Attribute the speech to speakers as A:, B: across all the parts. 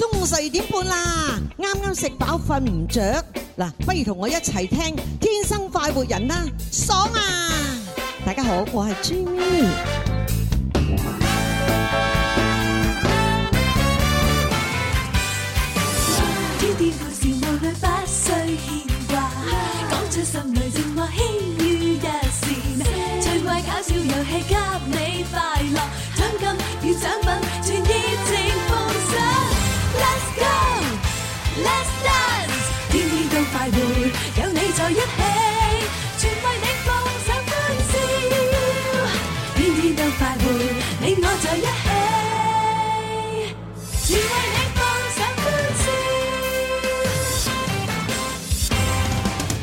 A: 到十二點半啦，啱啱食飽瞓唔着，嗱，不如同我一齊聽《天生快活人》啦，爽啊！大家好，我係 Jenny。
B: 天天歡笑，無慮不需牽掛，講出心裏情話，輕於一線。趣味搞笑遊戲給你快樂，獎金與獎品全熱情奉上。Let's go，Let's dance，天天都快活，有你在一起，全為你放上歡笑。天天都快活，你我在一起。全為你放上歡笑。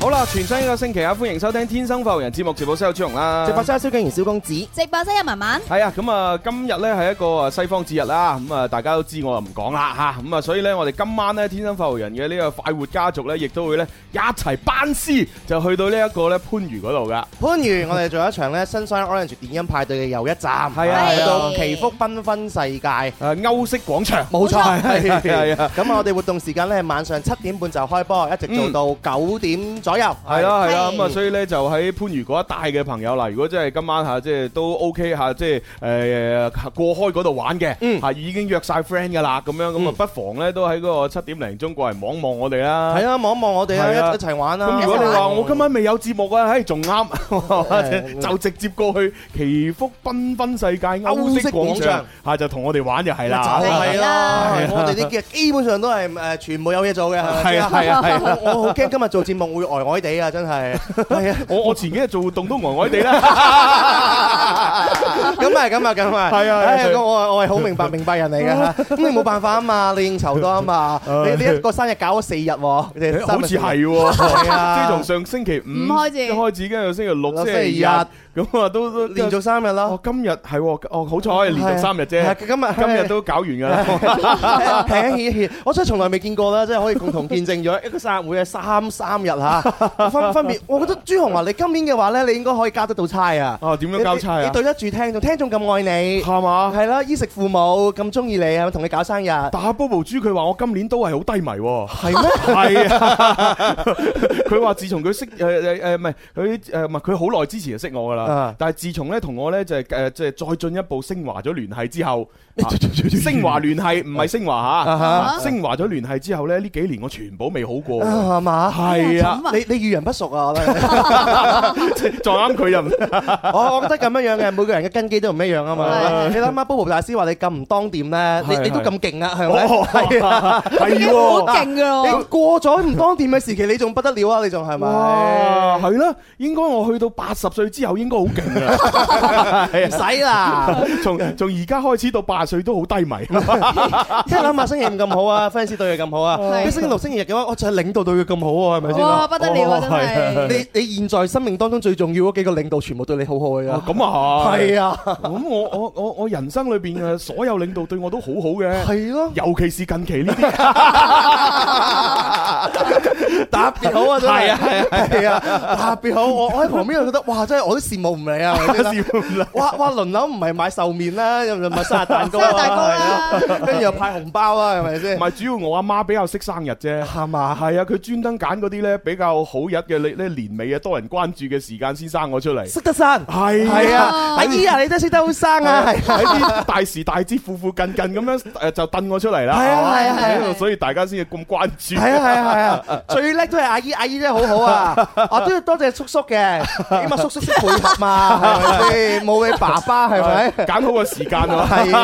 C: 好啦，全新一個星期啊，歡迎收聽《天生快活人》節目，直播室有朱紅啦，
D: 直播室有蕭敬仁、小公子，
E: 直播室有文文，
C: 係啊，咁啊，今日咧係一個啊西方節日啦，咁啊大家都知我就唔講啦吓，咁啊所以咧我哋今晚咧天生快活人嘅呢個快活家族咧，亦都會咧一齊班師就去到呢一個咧番禺嗰度噶，
D: 番禺，我哋做一場咧 Sunshine Orange 電音派對嘅又一站，
C: 係
E: 係
C: 啊
E: 啊
D: 去到祈福繽紛世界。
C: 誒歐式廣場，
D: 冇 錯，
C: 係係啊
D: 咁我哋活動時間咧係晚上七點半就開波，一直做到九點左右。
C: 係啦係啦，
E: 係
C: 咁啊所以咧就喺番禺嗰一帶嘅朋友啦，如果真係今晚嚇即係都 OK 嚇，即係誒過開嗰度玩嘅
D: 嗯
C: 嚇，已經約晒 friend 噶啦，咁樣咁啊
D: 嗯
C: 不妨咧都喺嗰個七點零鐘過嚟望望我哋啦。
D: 係啊，望一望我哋啊，啊
C: 係啊
D: 一一齊玩啦。
C: 咁如果你話我今晚未有節目啊，唉，仲 啱，
D: 誒
C: 就直接過去祈福繽紛世界歐
D: 歐
C: 式
D: 式廣
C: 廣場
D: 場
C: 嚇，就同我哋玩就係
D: 嗯
C: 啦。
D: 就係
E: 係
D: 啦
E: 啦，
D: 我哋啲嘅基本上都係誒全部有嘢做嘅，
C: 係啊係啊係啊
D: 我我好驚今日做節目會呆呆地啊，真 係係啊。
C: 我我前幾日做活動都呆呆地啦。
D: 咁啊，咁啊，咁啊，
C: 係啊
D: 唉
C: 係
D: 我
C: 啊
D: 我我係好明白明白人嚟嘅 嚇，咁你冇辦法啊嘛，你應酬多啊嘛，
C: 唉
D: 你呢一個生日搞咗四日喎，你哋三
C: 好
D: 日
C: 似係喎， 即
D: 係啊
C: 係從上星期五
E: 唔開始
C: 開始，跟住星期六、星
D: 星期
C: 期日，咁啊都都
D: 連續三日
C: 哦
D: 咯，，
C: 今日係喎哦，好彩連續三日
D: 係啊啊
C: 啫，
D: 今日
C: 今日都搞完㗎啦。
D: 係一顯我真係從來未見過啦，即係可以共同見證咗一個生日會係三三日 嚇，分分別，我覺得朱紅話你今年嘅話咧，你應該可以交得到差啊，
C: 哦，點樣交差
D: 你
C: 啊
D: 你？對得住聽眾，聽眾咁愛你，
C: 係嘛？
D: 係啦，衣食父母咁中意你，係咪同你搞生日？
C: 但阿 Bobo 豬佢話我今年都係好低迷喎。
D: 係咩？
C: 係啊， 佢話自從佢識誒誒誒，唔係佢誒唔係佢好耐之前就識我噶啦
D: 啊，
C: 但係自從咧同我咧就係誒即係再進一步升華咗聯繫 之後，啊升華聯繫唔係升華
D: 啊哈
C: 嚇，升華咗聯繫之後咧呢幾年我全部未好過，
D: 啊係嘛？
C: 係啊，
D: 你你遇人不熟啊！我覺得
C: 撞啱佢又唔
D: 我我覺得咁樣樣嘅，每個人嘅根基都唔一樣啊嘛。
E: 係
D: 你諗下，Bobo 大師話你咁唔當掂咧，
C: 係
D: 你你都咁勁啊，係咪？
C: 哦
D: 係啊，
E: 已
C: 係
E: 經好
C: 喎。
E: 勁噶
D: 你
E: 咯，
D: 過咗唔當掂嘅時期，你仲不得了啊！你仲係咪？
C: 哇，係啦，應該我去到八十歲之後應該好勁啊！
D: 唔使啦，
C: 從從而家開始到八十歲都好低迷，啊
D: 即係諗下星期五咁好啊，fans 對佢咁好啊，
E: 係
D: 你星期六、星期日嘅話，我就係領導對佢咁好啊，係咪先
E: 哇
D: 啊？
E: 不得了啊
C: 哦
E: 真係，
D: 你你現在生命當中最重要嗰幾個領導，全部對你好好㗎。
C: 咁啊係。
D: 係啊，
C: 咁我我我我人生裏邊嘅所有領導對我都好好嘅，
D: 係咯，
C: 尤其是近期呢啲，
D: 特別好啊，真係
C: 係啊係
D: 係啊，特別好。我我喺旁邊就覺得，哇！真係我都羨慕唔 嚟啊！係咪先啊哇哇！輪流唔係買壽面啦，又 唔係生日蛋糕
E: 生日蛋糕
D: 啊，
E: 啦，
D: 係咯跟住又派紅包啊，係咪
C: 唔
D: 先？
C: 係主要我阿媽比較識生日啫。
D: 係嘛？
C: 係啊，佢專登揀嗰啲咧比較好日嘅呢呢年尾啊多人關注嘅時間先生我出嚟。
D: 識得生
C: 係
D: 係
C: 啊，
D: 啊！阿姨啊，你真係識得好生啊！係
C: 喺啲大時大節、富富近近咁樣誒就燉我出嚟啦。
D: 係啊係啊係啊
C: 喺度所以大家先至咁關注。
D: 係啊係啊係啊！最叻都係阿姨，阿姨真係好 好啊！我都要多謝叔叔嘅，起碼叔叔識配合嘛，係咪先？冇你爸爸係啊咪？
C: 揀好個時間啊！
D: 係啊！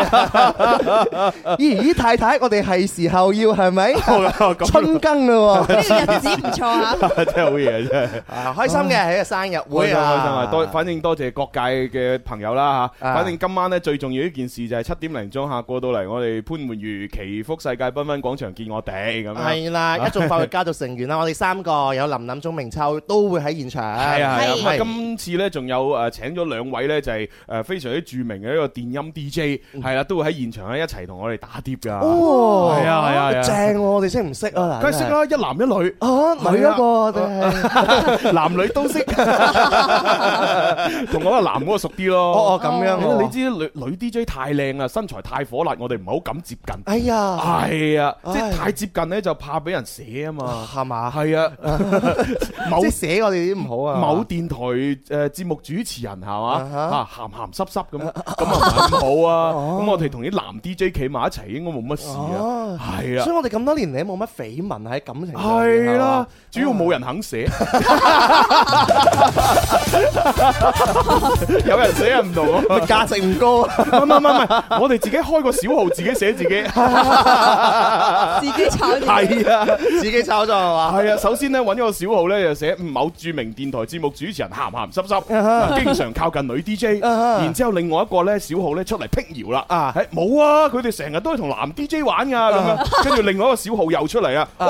D: 咦咦太太，我哋係時候要係咪
C: 好啦， 咁
D: 春耕啦喎？
E: 呢個日子唔錯啊，
C: 真係好嘢真係。
D: 啊開心嘅喺個生日
C: 開
D: 會
C: 心開心啊！
D: 啊！
C: 多反正多謝各界嘅朋友啦嚇，
D: 啊
C: 反正今晚咧最重要一件事就係七點零鐘下過到嚟，我哋潘門如祈福世界繽紛廣場見我哋咁樣。
D: 係啦，一眾法律家族成員啦，我哋三個有林林、鐘明秋都會喺現場。
C: 係啊係啊，
E: 係
C: 咁啊今次咧仲有誒請咗兩位咧就係誒非常之著名嘅一個電音 DJ 係啦，都會喺現場咧一齊同我哋打碟㗎。
D: 哦，
C: 係啊係啊係啊
D: 正喎，我哋識唔識啊？嗱
C: 梗係識，啦，一男一女。
D: 真係啊，女嗰個定係
C: 男女都識，同我個男嗰個熟啲咯。
D: 哦哦咁樣
C: 你
D: 喎
C: 你知女女 DJ 太靚啦，身材太火辣，我哋唔係好敢接近。
D: 哎呀，
C: 係啊，即
D: 唉
C: 係太接近咧就怕俾人寫啊嘛。
D: 係嘛？
C: 係 啊，某
D: 即係寫我哋啲唔好啊。
C: 某電台誒節目主持人係嘛
D: 啊哈
C: 嚇鹹鹹濕濕咁，咁啊唔係咁好 啊。咁我哋同啲男 DJ 企埋一齊應該冇乜事啊。
D: 哦，
C: 係啊
D: 所以。我哋咁多年嚟都冇乜緋聞喺感情上面
C: 係
D: 係
C: 啦
D: 嘛，哦
C: 主要冇人肯寫， 有人寫唔同
D: 咪
C: 啊！
D: 價值唔 高。
C: 唔係唔係唔係，我哋自己開個小號，自己寫自己。
E: 自己炒自己
C: 係啊，
D: 自己炒作係嘛？
C: 係啊。首先咧，揾個小號咧，就寫嗯某著名電台節目主持人鹹鹹濕濕，經常靠近女 DJ。
D: 啊
C: 然之後另外一個咧小號咧出嚟辟謠啦。
D: 啊
C: 誒冇啊，佢哋成日都係同男 DJ 玩㗎咁樣。跟住另外一個小號又出嚟啊，哦，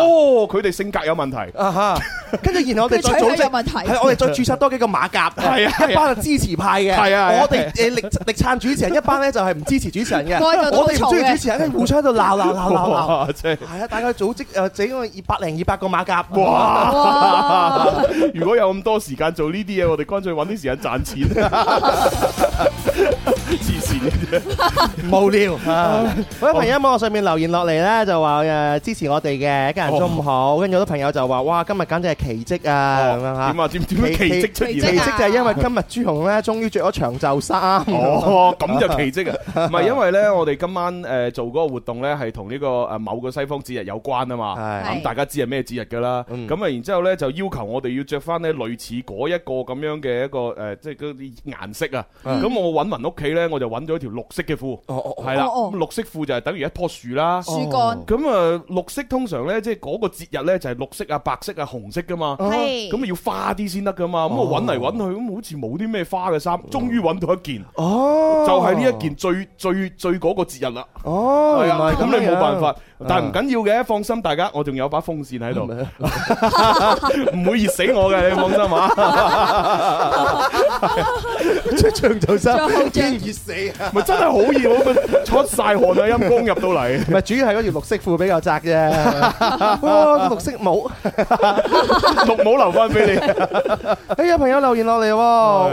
C: 佢哋性格有問題。
D: 啊哈！跟住然後我
E: 佢取
D: 哋再
E: 向
D: 組
E: 有問題
D: 織，係我哋再註冊多幾個馬甲，
C: 係啊係啊
D: 一班係支持派嘅，
C: 係啊係啊
D: 我哋誒力力撐主持人，一班咧就係唔支持主 持人嘅，
E: 我喺度
D: 我哋唔
E: 吐槽
D: 中意
E: 嘅
D: 主持 人，跟住互相喺度鬧鬧鬧鬧鬧。
C: 哇！真係
D: 係啊，大概組織誒整個二百零二百個馬甲，
C: 哇！
E: 哇！
C: 如果有咁多時間做呢啲嘢，我哋乾脆揾啲時間賺錢。 黐線嘅啫，
D: 無聊。
C: 啊
D: 好多朋友喺網絡上面留言落嚟咧，就話誒支持我哋嘅，一家人中午
C: 哦
D: 好。跟住好多朋友就話：哇，今日簡直係奇蹟啊！咁樣嚇
C: 點。啊？點點樣奇蹟出
E: 奇
C: 現
E: 蹟
D: 奇
C: 啊？
D: 蹟就係因為今日朱紅咧，終於着咗長袖衫。
C: 哦，咁就奇蹟 啊！唔係因為咧，我哋今晚誒做嗰個活動咧，係同呢個誒某個西方節日有關啊嘛。
D: 係
C: 咁大家知係咩節日㗎啦？
D: 嗯
C: 咁啊，然之後咧就要求我哋要着翻咧類似嗰一個咁樣嘅一個誒，即係嗰啲顏色啊。
D: 嗯
C: 咁我揾埋屋企咧，我就揾咗條綠色嘅褲，
D: 哦哦，
C: 係啦。
E: 哦哦
C: 咁綠色褲就係等於一樖樹啦。
E: 樹幹
C: 咁啊，綠色通常咧，即係嗰個節日咧，就係綠色啊、白色啊、紅色噶嘛。
E: 係
C: 咁要花啲先得噶
D: 哦
C: 嘛。咁我揾嚟揾去，咁好似冇啲咩花嘅衫，終於揾到一件，
D: 哦，
C: 就係呢一件最最最嗰個節日啦。
D: 哦，
C: 係
D: 原
C: 啊
D: 來
C: 咁你冇辦法，但
D: 啊
C: 係唔緊要嘅，放心大家，我仲有把風扇喺度， 唔會熱死我嘅，你放心 啊。
D: 着長袖衫
E: 着好着
D: 熱死啊！
C: 咪真係好熱，我咪出晒汗啊，陰公入到 嚟。
D: 唔係，主要係嗰條綠色褲比較窄啫。 哇，綠色帽。
C: 綠帽留翻 俾你
D: 哎呀，朋友留言落嚟
C: 係
D: 喎，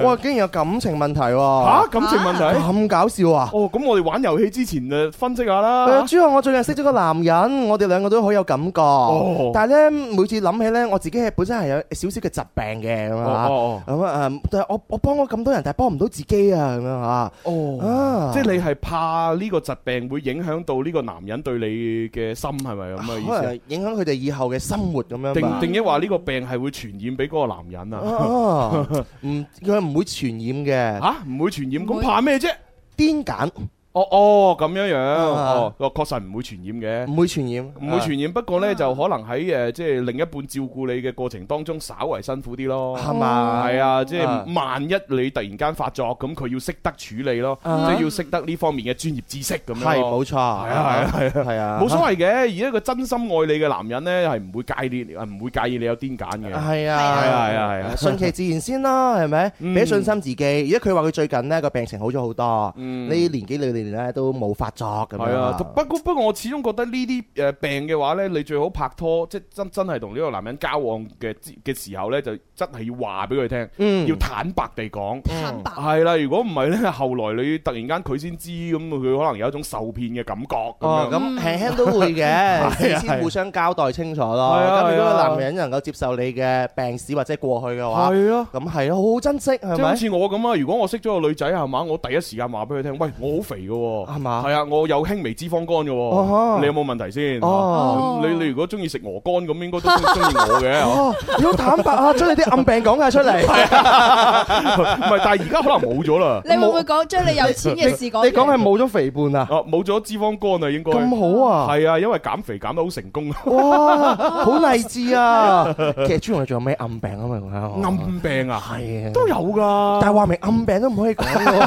D: 哇，竟然有感情問題
C: 吓，
D: 喎，
C: 感情問題。
D: 咁搞笑啊！
C: 哦，咁我哋玩遊戲之前誒分析下啦
D: 誒，。哎朱浩，我最近識咗個男人，我哋兩個都好有感覺。
C: 哦
D: 但係咧，每次諗起咧，我自己係本身係有少少嘅疾病嘅咁
C: 哦
D: 啊。
C: 哦
D: 咁啊誒，但係我我幫咗咁多人，但係幫唔到自己啊咁樣嚇。
C: 哦
D: 啊，
C: 即係你係怕呢個疾病會影響到呢個男人對你嘅心係咪咁嘅意
D: 可
C: 思啊
D: 能？影響佢哋以後嘅生活咁樣
C: 定
D: 吧。
C: 定抑話呢個病係會傳染俾嗰個男人啊？
D: 哦， 唔佢唔會傳染嘅。
C: 吓，唔會傳染，
E: 唔
C: 咁
E: 會
C: 怕咩啫？
D: 癲癇
C: 哦哦，咁樣樣，
D: 啊
C: 哦，哦確實唔會傳染嘅。
D: 唔會傳染，
C: 唔會傳染，不過呢，就可能喺誒即係另一半照顧你嘅過程當中，稍為辛苦啲咯。
D: 係嘛？
C: 係啊，即
D: 啊
C: 係萬一你突然間發作，咁佢要識得處理咯，即
D: 啊
C: 係要識得呢方面嘅專業知識咁樣咯。
D: 係冇錯，係
C: 啊係啊係
D: 係啊，
C: 冇所謂嘅，而一個真心愛你嘅男人咧，係唔會介意你，唔會介意你有癲癇嘅。
D: 係啊，
E: 係
C: 啊係啊係啊
D: 順其自然先啦，係咪？
C: 嗯
D: 俾信心自己。而家佢話佢最近呢個病情好咗好多，
C: 嗯
D: 呢年幾兩年咧都冇發作咁樣。
C: 係啊，不過不過我始終覺得呢啲誒病嘅話咧，你最好拍拖，即係真真係同呢個男人交往嘅之嘅時候咧，就真係要話俾佢聽，
D: 嗯
C: 要坦白地講。
E: 坦白
C: 係啦，如果唔係咧，後來你突然間佢先知，咁佢可能有一種受騙嘅感覺咁
D: 哦，
C: 樣。
D: 咁輕輕都會 嘅，事先互相交代清楚咯。
C: 係
D: 咁
C: 啊
D: 如
C: 係
D: 果
C: 啊
D: 個男人能夠接受你嘅病史或者過去嘅話，
C: 係啊。
D: 咁係啊，好好珍惜係
C: 即係好
D: 咪？
C: 似我咁啊！如果我識咗個女仔係嘛，我第一時間話俾佢聽，喂，我好肥嘅喎，
D: 係嘛
C: 係啊，我有輕微脂肪肝嘅
D: 哦
C: 喎，你有冇問題先？
D: 哦。
E: 哦
C: 咁你你如果中意食鵝肝咁，應 該都中意我嘅。係嘛
D: 哦，你好坦白啊，將你啲暗病講晒出 嚟。
C: 唔係，但係而家可能冇咗啦，
E: 你會唔會講將你有錢嘅事講？
D: 你講係冇咗肥胖啊？
C: 啊，冇咗脂肪肝啊，應該
D: 咁好啊！
C: 係啊，因為減肥減得好成功啊，
D: 哇，好勵志啊！其實朱紅仲有咩暗病啊？明唔明啊？
C: 暗病啊，
D: 係啊，
C: 都有㗎。
D: 但係話明暗病都唔可以講喎。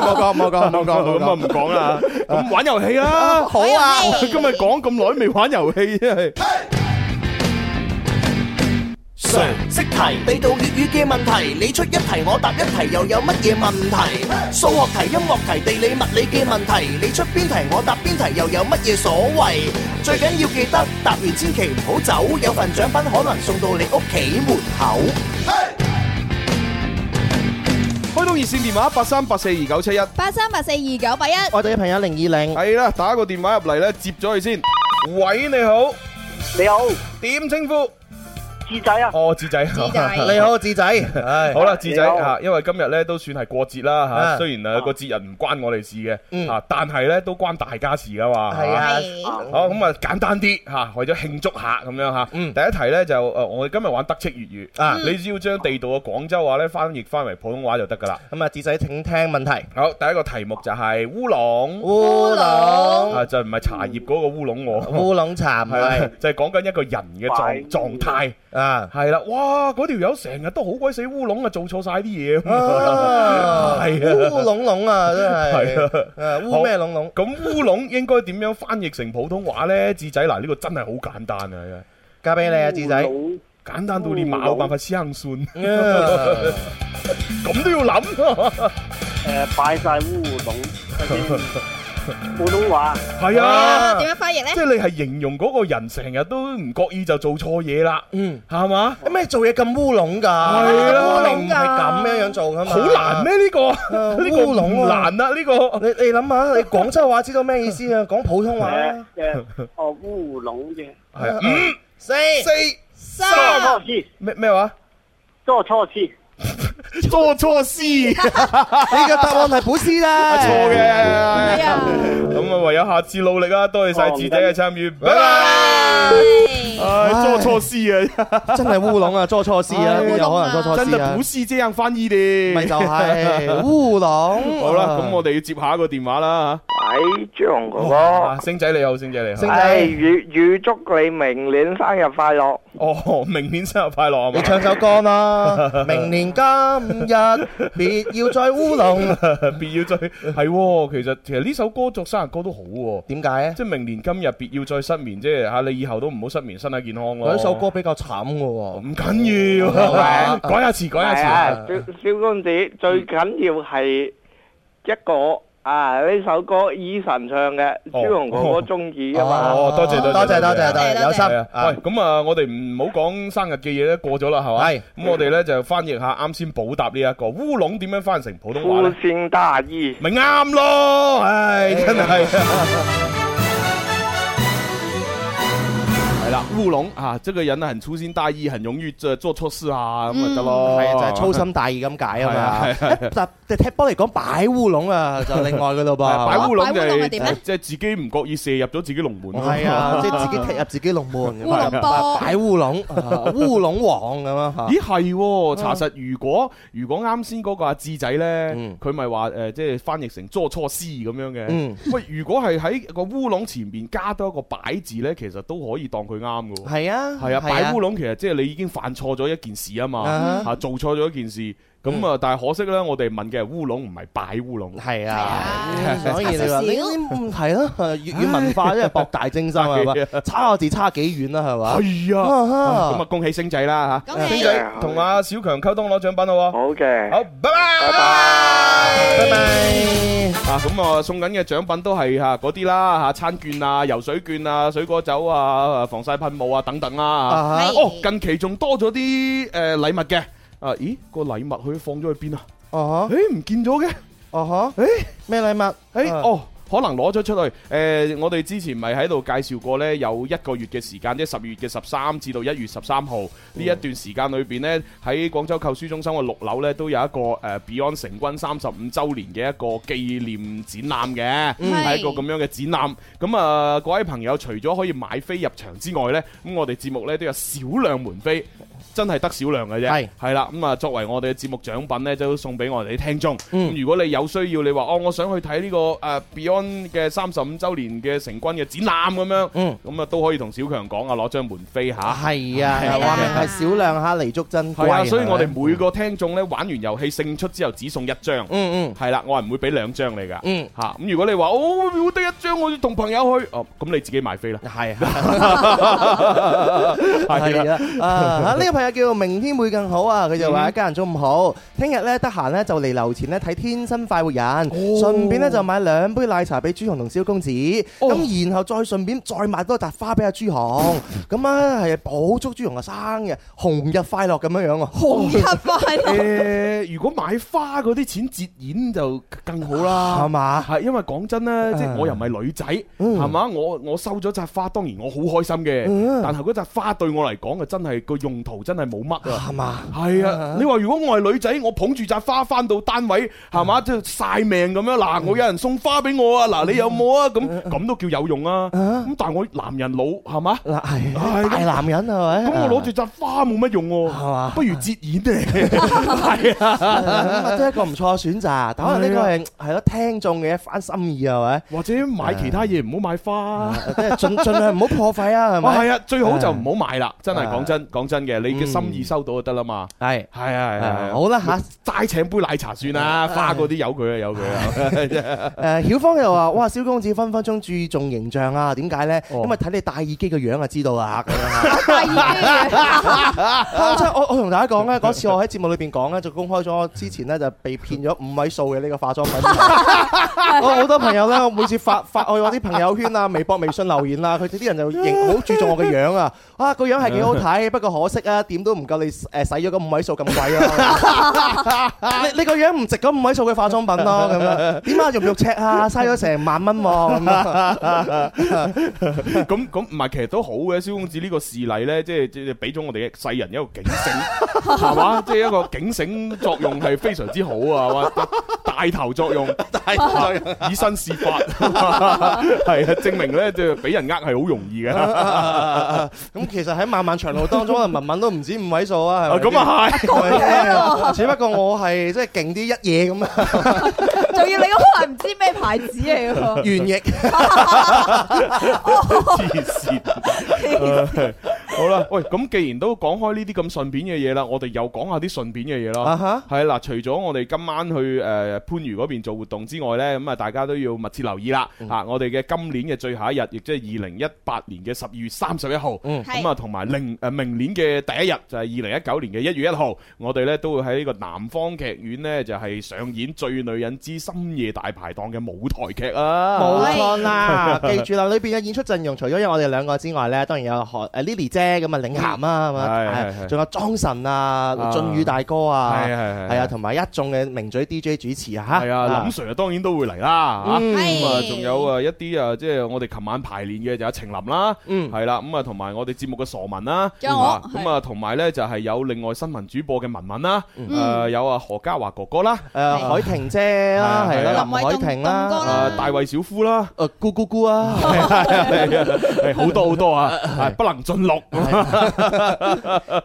D: 冇講冇講冇講冇
C: 咁啊，唔
D: 講。
C: 講啦，咁玩遊戲啦。
D: 好啊！
C: 今日講咁耐都未玩遊戲，真係。
D: 常識題，地道粵語嘅問題，你出一題我答一題，又有乜嘢問題？數學題、音樂題、地理物理嘅問題，你出邊題我答邊題，又有乜嘢所謂？最緊要記得答完千祈唔好走，有份獎品可能送到你屋企門口。
C: 开通热线电话八三八四二九七一，
E: 八三八四二九八一，
D: 我哋嘅朋友零二零，
C: 系啦，打个电话入嚟咧，接咗佢先。喂，你好，
F: 你好，
C: 点称呼？
F: 志仔啊，
C: 哦，志仔，
E: 志 仔
D: 你 好志仔，唉
C: 好啦，志仔
F: 你好
C: 啊，因為今日咧都算係過節啦
D: 啊
C: 嚇，雖然誒個節日唔關我哋事
D: 嗯
C: 嘅啊，但係咧都關大家事噶嘛。
D: 係啊
E: 係
C: 好咁啊，簡單啲嚇，為咗慶祝下咁樣嚇。啊
D: 嗯
C: 第一題咧就誒，我哋今日玩德式粵語
D: 啊
C: 你只要將地道嘅廣州話咧翻譯翻為普通話就得噶啦。
D: 咁啊，志仔請聽問題。
C: 好，第一個題目就係烏龍
D: 烏龍
C: 啊，就唔係茶葉嗰個烏龍喎，
D: 烏龍茶唔
C: 係啊
D: 係，
C: 就係講緊一個人嘅狀狀態。
D: 啊。
C: 係啦，哇！嗰條友成日都好鬼死烏龍啊，做錯晒啲嘢。
D: 啊，
C: 係啊
D: 烏龍龍啊，真係，
C: 係啊
D: 誒烏咩龍龍？
C: 咁烏龍應該點樣翻譯成普通話呢？智仔嗱，呢個真係好簡單啊！
D: 交俾你啊，智仔。
C: 簡單到你冇辦法生算，
D: 啊
C: 咁都要 諗。
F: 诶，摆呃晒烏龍，首 先普通話
C: 係
E: 啊
C: 啊，
E: 點樣翻譯
C: 即
E: 咧？
C: 係你係形容嗰個人成日都唔覺意就做錯嘢啦，
D: 嗯，
C: 係嘛？
D: 咩做嘢咁烏龍㗎？
C: 係啊
D: 烏龍唔係咁樣樣做㗎嘛？
C: 好難？咩？呢個
D: 啊
C: 呢個
D: 烏
C: 唔
D: 龍啊
C: 難啊！呢個
D: 你你諗下，你廣州話知道咩意思 啊？講普通話
F: 诶
D: 啊
F: 诶，哦烏龍嘅，
C: 係啊五
D: 四
C: 四
F: 做
E: 三
F: 錯事，
C: 咩咩話？
F: 做錯事，
C: 做錯 事
D: 你嘅答案係古詩啦。
C: 錯
E: 係
C: 嘅，
E: 啊，
C: 咁啊唯有下次努力啊！多謝晒智仔嘅參與，拜拜。
E: 係
C: 唉，做錯事啊！
D: 真係烏龍啊，做錯事啊，
C: 哎
D: 有可能做錯
C: 真
D: 事
C: 的
D: 啊
C: 不。是这样翻译的。
D: 咪就 係啊烏龍。
C: E 好啦，咁我哋要接下一個電話啦
G: 喂，朱紅哥
C: 吓。
G: 哥
C: 啊，，星仔你好，星仔你
D: 星
C: 好。
H: 哎
G: 唉，預預祝你明年生日快樂。
C: 哦，明年生日快樂啊
D: 你
C: 嘛！
D: 唱首歌 啦，明年今日別要再烏 龍。
C: 別 要再係喎，其實其實呢首歌作生日歌都好喎。
D: 點解咧？
C: 即係明年今日別要再失眠，即係嚇你以後都唔好失眠，身體健康咯。
D: 嗰首歌比啊較慘嘅喎。
C: 唔緊要，
D: 係嘛
C: 改下詞，改
G: 係
C: 下
G: 啊，
C: 詞。
G: 小小公子最緊要係一個啊！呢首歌 Eason 唱嘅，
C: 哦
G: 朱紅哥哥中意啊嘛。
C: 哦多謝多謝
D: 多謝多謝多
E: 多
D: 謝，
E: 謝
D: 有心
C: 係啊，
D: 啊
C: 喂，咁啊，我哋唔好講生日嘅嘢咧，過咗啦，係嘛？
D: 係
C: 咁，我哋咧就翻譯下啱先補答呢一個烏龍點樣翻成普通話
G: 粗
C: 咧？
G: 線大意。
C: 咪啱咯，唉，真係。 係啦，烏龍啊，這個人呢很粗心大意，很容易做做錯事啊，咁咪得咯。
D: 係啊，就係粗。心大意咁解啊
C: 係啊係啊係
D: 嘛。但但踢波嚟講，擺烏龍啊，就另外嘅咯
C: 係擺
D: 噃。
C: 烏龍就
E: 擺烏龍
C: 係呃
E: 係點呢
C: 即係自己唔覺意射入咗自己龍門。
D: 係 啊，即係自己踢入自己龍門。
E: 烏龍波
D: 擺烏龍，啊烏龍王咁啊嚇。
C: 咦係喎，查實如果如果啱先嗰個阿志仔咧
D: 嗯，
C: 佢咪話誒即係翻譯成做錯事咁樣嘅。
D: 嗯，
C: 喂，如果係喺個烏龍前面加多一個擺字咧，其實都可以當佢啱嘅喎。
D: 係啊，
C: 係啊，擺烏龍其實即係你已經犯錯咗一件事啊嘛
D: 啊，
C: 嚇做錯咗一件事，咁啊，但係可惜咧，我哋問嘅係烏龍，唔係擺烏龍。
D: 係啊。
E: 啊
D: 所以你話你啲係咯，粵語文化真係博大精深係
C: 係
D: 嘛？差個字差幾遠啦係嘛？
C: 係啊，
D: 啊
C: 咁啊，恭喜星仔啦嚇，
E: 恭喜
C: 星仔同阿小強溝通攞獎品咯喎。
G: 好嘅。
C: 好，拜拜，
G: 拜拜
D: 拜拜。
C: 啊，咁啊，送緊嘅獎品都係嚇嗰啲啦嚇，餐券啊、游水券啊、水果酒啊、防曬噴霧啊等等啦。
D: 啊
E: 係
C: 哦，近期仲多咗啲誒禮物嘅。啊，咦，個禮物佢放咗去邊啊？
D: 哈啊哈
C: 誒，唔見咗嘅。
D: 啊哈
C: 誒。
D: 咩禮物？
C: 诶、
D: 啊
C: 哦，可能攞咗出去。诶、我哋之前咪喺度介紹過呢，有一個月嘅時間，即係十月嘅十三至到一月十三號呢一段時間裏边呢，喺廣州購書中心嘅六樓呢，都有一個诶、呃 Beyond 成軍三十五週年嘅一個紀念展覽嘅，
E: 嗯
C: 係一個咁樣嘅展覽。咁啊、各位朋友除咗可以買飛入場之外呢，咁我哋節目呢都有少量門飛。真係得少量嘅啫
D: 係，
C: 係啦，咁啊作為我哋嘅節目獎品呢，就送俾我哋啲聽眾。咁、
D: 嗯
C: 如果你有需要，你話哦，我想去睇呢、個誒、呃 Beyond 嘅三十五周年嘅成軍嘅展覽咁樣，
D: 嗯
C: 咁啊都可以同小強講啊，攞張門飛嚇。
D: 係啊，
E: 係啊
D: 話明係少量嚇彌足珍貴。
C: 係啊，所以我哋
D: 係咪
C: 每個聽眾咧玩完遊戲勝出之後，只送一張。
D: 嗯嗯
C: 係啦，我係唔會俾兩張你噶。
D: 嗯
C: 嚇咁如果你話哦，我得一張，我要同朋友去，哦咁你自己買飛啦。
D: 係
C: 係啦，
D: 係啊啊！呢個朋友叫明天會更好啊，佢就話一家人中午好，聽日咧得閒咧就嚟樓前咧睇《天生快活人》，順便咧就買兩杯奶茶俾朱紅同蕭公子，咁然後再順便再買多扎花俾阿朱紅，咁啊係補祝朱紅嘅生日，紅日快樂咁樣樣喎。
E: 紅日快 樂，
C: 誒，呃如果買花嗰啲錢節儉就更好啦，
D: 係嘛
C: 係因為講真咧，即係
D: 啊
C: 我又唔係女仔，
D: 嗯
C: 係嘛？我我收咗扎花，當然我好開心嘅
D: 嗯，
C: 但係嗰扎花對我嚟講啊，真係個用途真係冇乜啊。
D: 係嘛？嗯
C: 係啊，你話如果我係女仔，我捧住扎花翻到單位，
D: 嗯
C: 係嘛，即係晒命咁樣。嗱，我有人送花俾我啊，
D: 嗯
C: 嗱，你有冇啊？咁咁都叫有用啊。
D: 啊
C: 咁但係我男人老係嘛，
D: 嗱
C: 係
D: 係大男人啊係咪？
C: 咁我 攞住扎花冇乜用喎，
D: 係嘛
C: 不如節 儉咧， 係啊。
D: 咁啊，都係一個唔錯嘅選擇，但可能呢個係係咯聽眾嘅一番心意啊係咪？
C: 或者買其他嘢唔好買花。
D: 啊即係盡盡量唔好破費啊，係
C: 哦，係
D: 咪？
C: 啊，最好就唔好買啦，真係
D: 啊
C: 講真講真嘅，你嘅
D: 嗯
C: 心意收到就得啦嘛。
D: 係
C: 係啊係啊係
D: 啊
C: 啊，
D: 好啦嚇。
C: 齋請杯奶茶算啦，花嗰啲由佢啊由佢啊。
D: 誒曉芳又話：哇，蕭公子分分鐘注重形象啊！點解咧？
C: 哦
D: 因為睇你戴耳機嘅樣就知道啦。咁樣啊
E: 戴耳機嘅
D: 啊真係我我同大家講咧，嗰次我喺節目裏邊講咧，就公開咗我之前咧就被騙咗五位數嘅呢個化妝品。我好多朋友咧，我每次發發我有啲朋友圈啊、微博、微信留言啦，佢哋啲人就認好注重我嘅樣啊。啊，個樣係幾好睇，不過可惜啊，點都唔夠你誒使咗嗰五位數咁貴啊！你你個樣唔值嗰五位數嘅化妝品咯，咁樣點啊？肉唔肉赤啊？嘥咗成萬蚊喎咁啊！
C: 咁咁唔係，其實都好嘅。蕭公子呢個事例咧，即係即係俾咗我哋世人一個警醒，係嘛？即係一個警醒作用係非常之好啊，係嘛？ 帶頭作用，帶頭作用，以身試法， 係啊，證明咧即係俾人呃係好容易嘅。
D: 啊咁其實喺漫漫長路當中，可能文文都唔止五位數啊，係咪
C: 咁啊係。
D: 係只不過我係即係勁啲一嘢 咁啊，
E: 仲要你嗰個係唔知咩牌子嚟嘅
D: 原液
C: 黐線。唉好啦，喂，咁既然都講開呢啲咁順便嘅嘢啦，我哋又講下啲順便嘅嘢
D: 啊
C: 啦。
D: 哈！
C: 係啦，除咗我哋今晚去誒、呃番禺嗰邊做活動之外呢，咁啊大家都要密切留意啦。啊，我哋嘅今年嘅最後一日，亦即係二零一八年嘅十二月三十一號。
D: 嗯
E: 係
C: 咁啊，同埋零誒明年嘅第一日就係二零一九年嘅一月一號，我哋呢都會喺呢個南方劇院呢，就係、上演《最女人之深夜大排檔》嘅舞台劇啊！
D: 冇錯啦，記住啦，裏邊嘅演出陣容除咗有我哋兩個之外咧，當然有何誒 Lily 姐咁啊，領銜啊，咁
C: 係係
D: 啊，
C: 係
D: 仲有莊臣啊，俊宇大哥啊，
C: 係係係
D: 係啊，同埋一眾嘅名嘴 DJ 主持啊，嚇
C: 係啊，林 Sir 當然都會嚟啦，嚇
D: 嗯
C: 咁啊，
E: 係
C: 仲有啊一啲啊，即係我哋琴晚排練嘅就有程琳啦，
D: 嗯
C: 係啦，咁啊同埋我哋節目嘅傻文啦，
E: 仲有我
C: 啊
E: 係
C: 咁啊同埋咧就係有另外新聞主播嘅文文啦，
E: 嗯
C: 誒有啊何家華哥哥啦，
D: 誒海婷姐啦，
C: 係
D: 係
C: 啊
D: 啦，林海
E: 林
D: 婷啦
E: 慧，東東哥啦
C: 啊大衛小夫啦，
D: 誒咕咕 咕啊，
C: 係好多好多啊，係不能盡錄。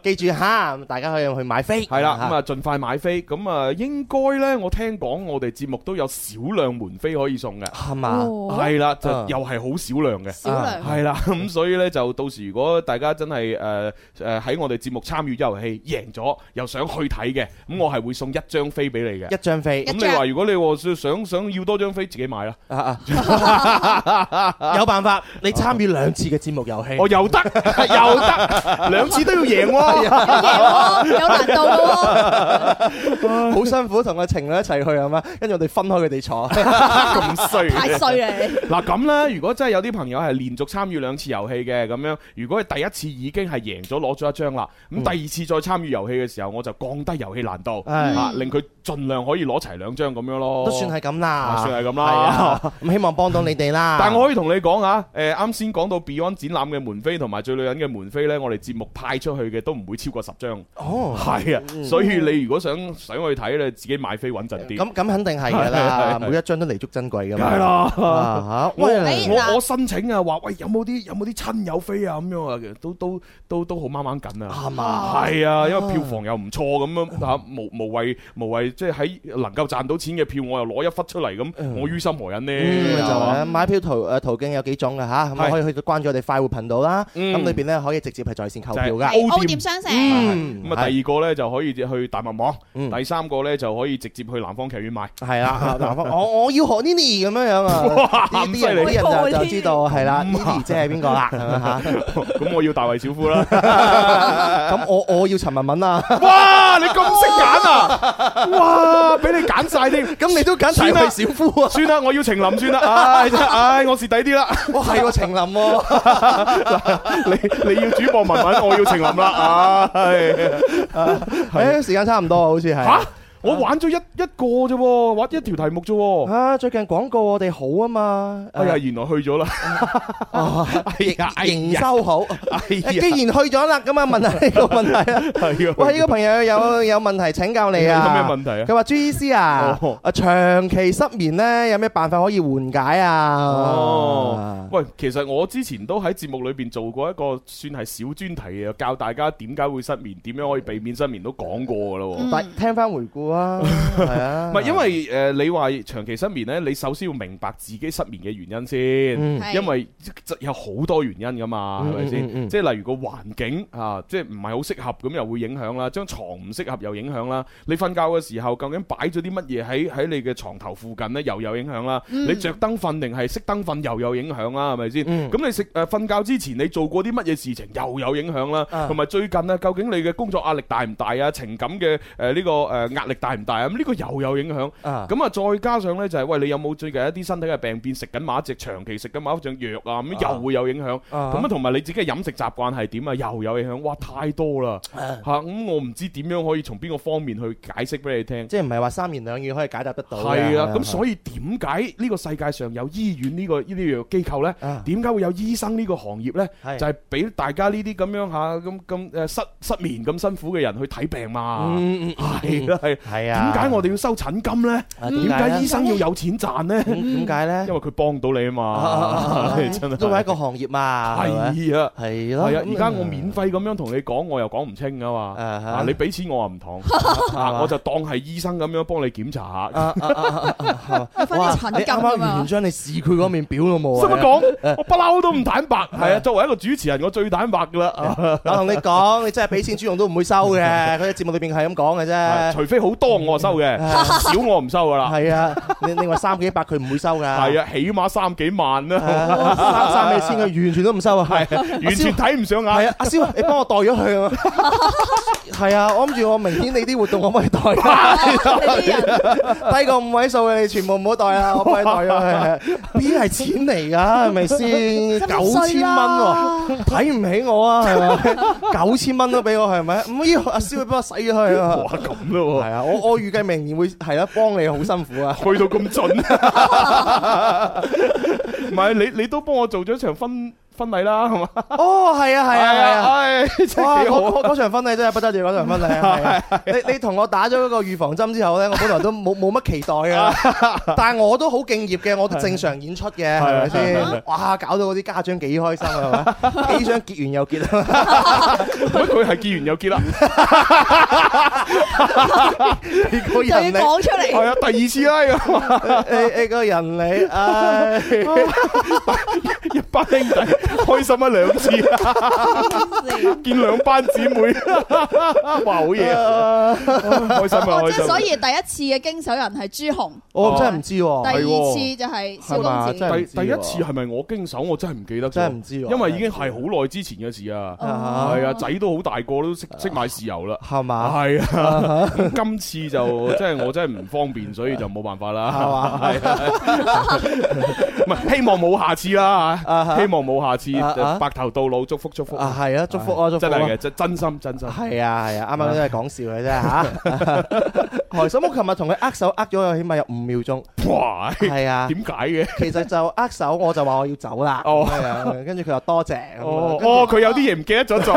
D: 記住嚇，大家可以去買飛，
C: 係啦，
D: 嚇
C: 咁啊，盡快買飛。咁啊，應該呢，我聽講我哋節目都有少量門飛可以送嘅，
D: 係嘛？
E: 喎，
C: 係啦，就
D: 啊
C: 又係好少量嘅。
E: 少量
C: 係啦，咁所以呢，就到時如果大家真係誒誒喺我哋節目參與遊戲贏咗，又想去睇嘅，咁我係會送一張飛俾你
D: 一
C: 嘅。
D: 張飛
E: 一
C: 咁你話如果你話想想要多張飛，自己買啦。
D: 啊啊！ 有辦法，你參與兩次嘅節目遊戲，
C: 我哦又得又得，兩次都要贏
D: 啊
C: 喎。
E: 有嘢喎有難度嘅喎，
D: 好辛苦同個情侶一齊去係嘛，跟住我哋分開佢哋坐，
C: 哦咁衰嘅
E: 太衰啦 你，
C: 嗱咁啦，如果真係有啲朋友係連續參與兩次遊戲嘅咁樣，如果係第一次已經係贏咗攞咗一張啦，咁第二次再參與遊戲嘅時候，我就降低遊戲難度，
D: 唉
C: 啊令佢盡量可以攞齊兩張咁樣咯。
D: 都算係咁啦，
C: 啊算係咁
D: 係
C: 啦。
D: 啊，咁希望幫到你哋啦。
C: 啊但我可以同你講啊，誒啱先講到 Beyond 展覽嘅門飛同埋最女人嘅門門飛呢，我哋節目派出去嘅都唔會超過十張。
D: 哦，
C: 係啊，所以你如果想想去睇咧，自己買飛穩陣啲。
D: 咁咁肯定係㗎啦，每一張都彌足珍貴㗎嘛。
C: 係啦哦
D: 啊嚇，喂，
E: 嗱
C: 我我申請啊，話喂有冇啲有冇啲親友飛啊咁樣啊，其實都都都都好掹掹緊啊。
D: 啱嗯嘛？
C: 係啊，因為票房又唔錯咁樣嚇，無無謂無謂即係喺能夠賺到錢嘅票，我又攞一忽出嚟咁，我於心何忍
D: 嗯，
C: 呢？
D: 就
C: 就話
D: 係買票途誒途徑有幾種嘅嚇，咁啊
C: 係
D: 可以去到關注我哋快活頻道啦，
C: 嗯
D: 咁裏邊咧可以直接係在線購
C: 就
D: 票
C: 係
D: 㗎。
C: O
E: 澳
C: 店
E: 店商城，
D: 嗯
C: 咁啊，第二個咧就可以去大麥網，
D: 嗯
C: 第三個咧就可以直接去南方劇院買。
D: 係啦，啊南方我我要學 Nini 咁樣樣啊， 呢啲人
C: 咁
D: 啲
E: 犀利
D: 人就就知道係啦
C: 咁啊
D: ，Nini 即係邊個啦咁樣 嚇。
C: 咁我要大衛小夫啦。
D: 咁我我要陳文文啊，
C: 哇！你咁識揀啊！哇！俾你揀晒添。
D: 咁你都揀
C: 算
D: 陳
C: 啦
D: 慧小夫啊？
C: 算啦，我要情林算啦，唉真係唉，我蝕底啲啦。
D: 哇，係喎，程琳喎，
C: 你你要主播文文，我要情林啦，唉。
D: 誒時間差唔多啊，好似係
C: 吓。？我玩咗一一個啫喎，玩一條題目啫喎。
D: 啊，最近廣告我哋好啊嘛，啊
C: 哎呀，原來去咗啦。哎呀，哎
D: 營
C: 呀，
D: 收好。
C: 哎
D: 既然
C: 呀，
D: 去咗啦，咁啊問下呢個問題 啦。
C: 係啊。
D: 喂，呢個朋友有有問題請教你啊。
C: 有咩問題啊
D: 佢話朱醫師啊
C: 哦，
D: 啊長期失眠咧，有咩辦法可以緩解啊？
E: 啊
C: 哦，喂，其實我之前都喺節目裏邊做過一個算係小專題啊，教大家點解會失眠，點樣可以避免失眠都講過噶咯。
E: 嗯
D: 但聽翻回顧啊，係啊
C: 唔，係因為誒、呃你話長期失眠呢，你首先要明白自己失眠嘅原因先。
D: 嗯
E: 係
C: 因為有好多原因噶嘛，
D: 嗯
C: 係咪
D: 嗯嗯
C: 先？
D: 嗯
C: 即係例如個環境啊，即係唔係好適合，咁又會影響啦。張床唔適合又影響啦。你瞓覺嘅時候究竟擺咗啲乜嘢喺喺你嘅床頭附近呢？又有影響啦。
E: 嗯
C: 你着燈瞓定係熄燈瞓又有影響啦，係咪先？
D: 嗯
C: 咁你食誒瞓覺之前你做過啲乜嘢事情又有影響啦。
D: 啊
C: 同埋最近呢，究竟你嘅工作壓力大唔大啊？情感嘅誒呢個誒壓力大唔大啊？咁呢個又有影響。
D: 啊，
C: 咁啊，再加上呢，就係、喂，你有冇最近一啲身體嘅病變，食緊某一隻長期食緊某一隻藥啊，咁
D: 啊
C: 又會有影響。咁啊，同埋你自己嘅飲食習慣係點啊，又有影響。哇，太多啦
D: 啊
C: 嚇！咁我唔知點樣可以從邊個方面去解釋俾你聽。
D: 即係唔係話三言兩語可以解答得到嘅？
C: 係啊，咁所以點解呢個世界上有醫院呢個呢啲樣機構呢？
D: 啊
C: 點解會有醫生呢個行業呢？
D: 係
C: 就係俾大家呢啲咁樣嚇咁咁誒失失眠咁辛苦嘅人去睇病嘛。
D: 嗯嗯
C: 係啦，係。
D: 係
C: 點
D: 啊，
C: 解我哋要收診金呢？
D: 啊
C: 點
D: 點解
C: 解
D: 呢
C: 醫生要有錢賺 呢？
D: 點解
C: 因
D: 咧？
C: 為佢幫到你啊嘛，
D: 啊
C: 真係
D: 都係一個行業嘛，係咪？
C: 係啊。
D: 係
C: 係
D: 咯，嗯
C: 啊！而家我免費咁樣同你講，我又講唔清噶嘛。
D: 啊哈
C: 啊，你俾錢我話 唔同，啊我就當係醫生咁樣幫你檢查 下。
D: 啊啊啊啊啊啊啊
E: 有分
D: 哇
E: 啲陳
D: 你
E: 金
D: 啱
E: 㗎
D: 啱
E: 嘛
D: 完將你視佢嗰面表都冇
C: 使
D: 啊
C: 乜！講？我不嬲都唔坦白。係啊，作為一個主持人，我最坦白噶啦啊。
D: 我同你講，你真係俾錢朱用都唔會收嘅。佢喺節目裏邊係咁講嘅
C: 係
D: 啫。
C: 啊除非好多我收嘅，少我唔收噶啦。
D: 啊係啊，你你話三幾百佢唔會收㗎。
C: 係啊，起碼三幾萬啦，
D: 啊，三三尾先佢完全都唔收啊。係
C: 完全睇唔上
D: 係
C: 眼。
D: 啊，阿蕭，你幫我代咗佢 啊。係啊，我諗住我明天你啲活動可唔可以代？啊
E: 你啲人
D: 低過五位數嘅你全部唔好代啊 啦，我幫你代咗佢。邊係錢嚟㗎？係咪先？九千蚊喎，睇唔起我啊？係咪？九千蚊都俾我係咪？唔要阿蕭，你幫我使咗佢啊！
C: 哇，咁咯
D: 係啊，我我預計明年會係啦，幫你好辛苦啊。
C: 去到咁盡， 唔係你你都幫我做咗場婚婚禮啦，係嘛？
D: 哦，係啊，係啊，係啊。
C: 唉，真
D: 哇！
C: 係 幾好
D: 嗰
C: 啊！
D: 嗰嗰場婚禮真係不得了，嗰場婚 禮係啊！你你同我打咗嗰個預防針之後咧，我本來都冇冇乜期待 㗎，但係我都好敬業嘅，我都正常演出嘅，係咪先？哇！搞到嗰啲家長幾開心 啊，係咪？幾想結完又結啊！
C: 喂佢係結完又結啦，
D: 你個
E: 就要
D: 人
E: 講出
C: 係
E: 嚟，
C: 啊，第二次啦，咁啊
D: 你你你個人你唉，
C: 一班兄弟開心咗 兩次，見兩班姊妹， 哇，好嘢啊！ 開心啊，
E: 哦，即
C: 開
E: 係
C: 心
E: 所
C: 啊！
E: 以第一次嘅經手人係朱紅，
D: 我真係唔知
E: 第二
D: 喎，
E: 次就係小公
D: 哦係嘛真
E: 子
D: 係。
C: 第第一次係咪我經手？我真係唔記得咗，
D: 真係唔知喎，
C: 因為已經係好耐之前嘅事啊。
E: 哦
C: 係啊，仔都好大個，都識識買豉油啦。
D: 係嘛？
C: 係啊，咁今 次就即係我真係唔方便，所以就冇辦法啦。
D: 係嘛？
C: 啊唔係希望冇下次啦
D: 啊哈
C: 嚇，希望冇下次
D: 啊啊，
C: 白頭到老，祝福祝福，
D: 啊，係啊，祝福啊，祝福
C: 真
D: 啊
C: 係嘅，真真心真心。
D: 係啊係啊，啱啱都係講笑嘅啫 嚇。 開心，我琴日同佢握手握咗有起碼有五秒 鐘。
C: 哇，
D: 係啊，
C: 點解嘅？
D: 其實就握手我就話我要走啦。
C: 哦
D: 係啊，跟住佢又多謝。
C: 哦哦，佢有啲嘢唔記得咗 做，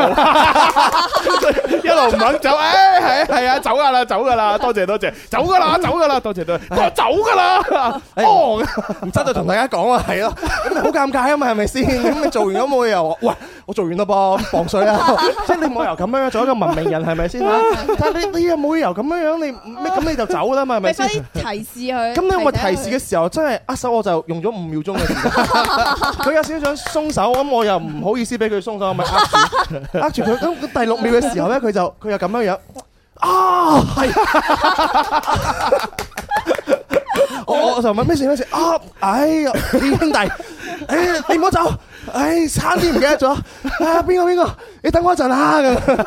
C: 一路唔肯走，誒係啊係啊，走噶啦走噶啦，多謝多謝，走噶啦走噶啦，多謝多謝，我走噶啦，
D: 哎
C: 哦，
D: 唔得就同大家講啊，係咯，咁好尷尬啊嘛，係咪先？咁你做完咁冇理由話，喂，我做完啦噃，磅水啦，即係你冇理由咁樣樣做一個文明人係咪先啊？但係你你又冇理由咁樣樣，你咩咁你就走啦嘛，係
E: 俾
D: 咪先
E: 翻？啲提示佢。
D: 咁你我咪提
E: 醒
D: 示
E: 佢
D: 嘅時候，真係握手我就用咗五秒鐘嘅時間。佢有少少想鬆手，咁我又唔好意思俾佢鬆手，我咪握住握住佢。咁第六秒嘅時候咧，佢就佢又咁樣樣。啊，係。我我就問咩事咩事啊！哎呀，兄弟，哎你唔好走，哎差啲唔記得咗啊！邊個邊個？你等我一陣啦咁。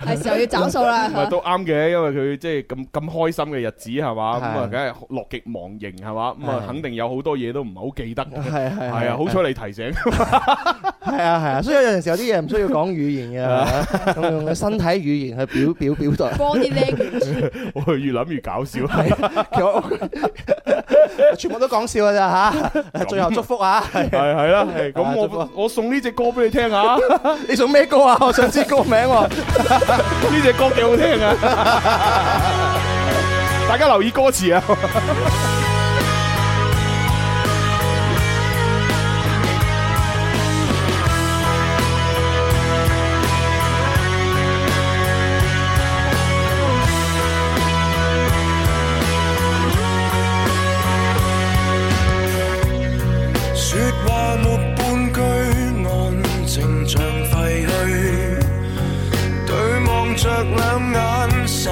E: 係時候要找數啦。
C: 咪啊都啱嘅，因為佢即係咁咁開心嘅日子係嘛，咁啊
D: 係
C: 梗係樂極忘形係嘛，咁啊
D: 係
C: 肯定有好多嘢都唔 係好記得。
D: 係係
C: 係啊，好彩你提醒。
D: 係啊係啊，所以有陣時有啲嘢唔需要講語 言嘅，咁用嘅身體語言去表表表達。
E: Body language
C: 我越諗越搞笑。
D: 其實我 全部都講笑嘅咋吓，最後祝福啊！
C: 係係啦，係
D: 啊
C: 咁
D: 祝
C: 我
D: 福
C: 我送呢只歌俾你聽啊 下，呢
D: 你送咩歌啊？我想知歌名喎。
C: 只歌幾好聽啊！ 大家留意歌詞啊！
H: 说话没半句，安靜像廢墟。對望着兩眼，心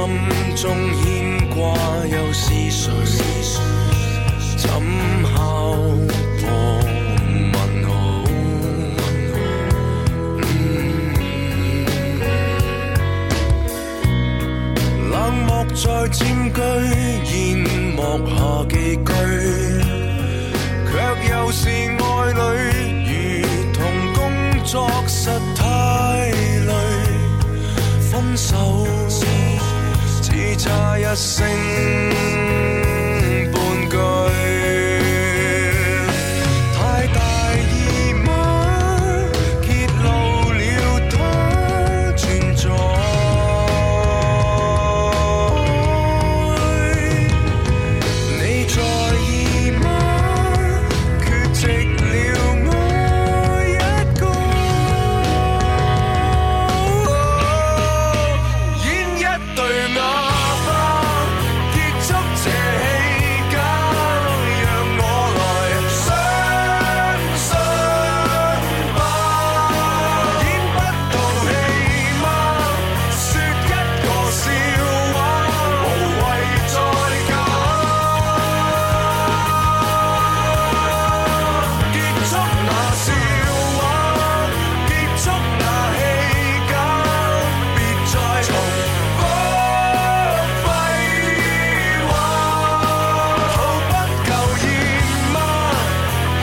H: 中牽掛又是誰？怎敲破問號？嗯冷漠在佔據，煙幕下寄居。卻又是愛侶，如同工作實太累。分手只差一聲半句，太大意嗎？揭露了他存在。你在意嗎？缺席了我一個，演一對啞巴，結束這戲家，讓我來相信吧。演不到戲嗎？說一個笑話，無謂再假。結束那笑話，結束那戲假，別再重複廢話。口不夠豔嗎？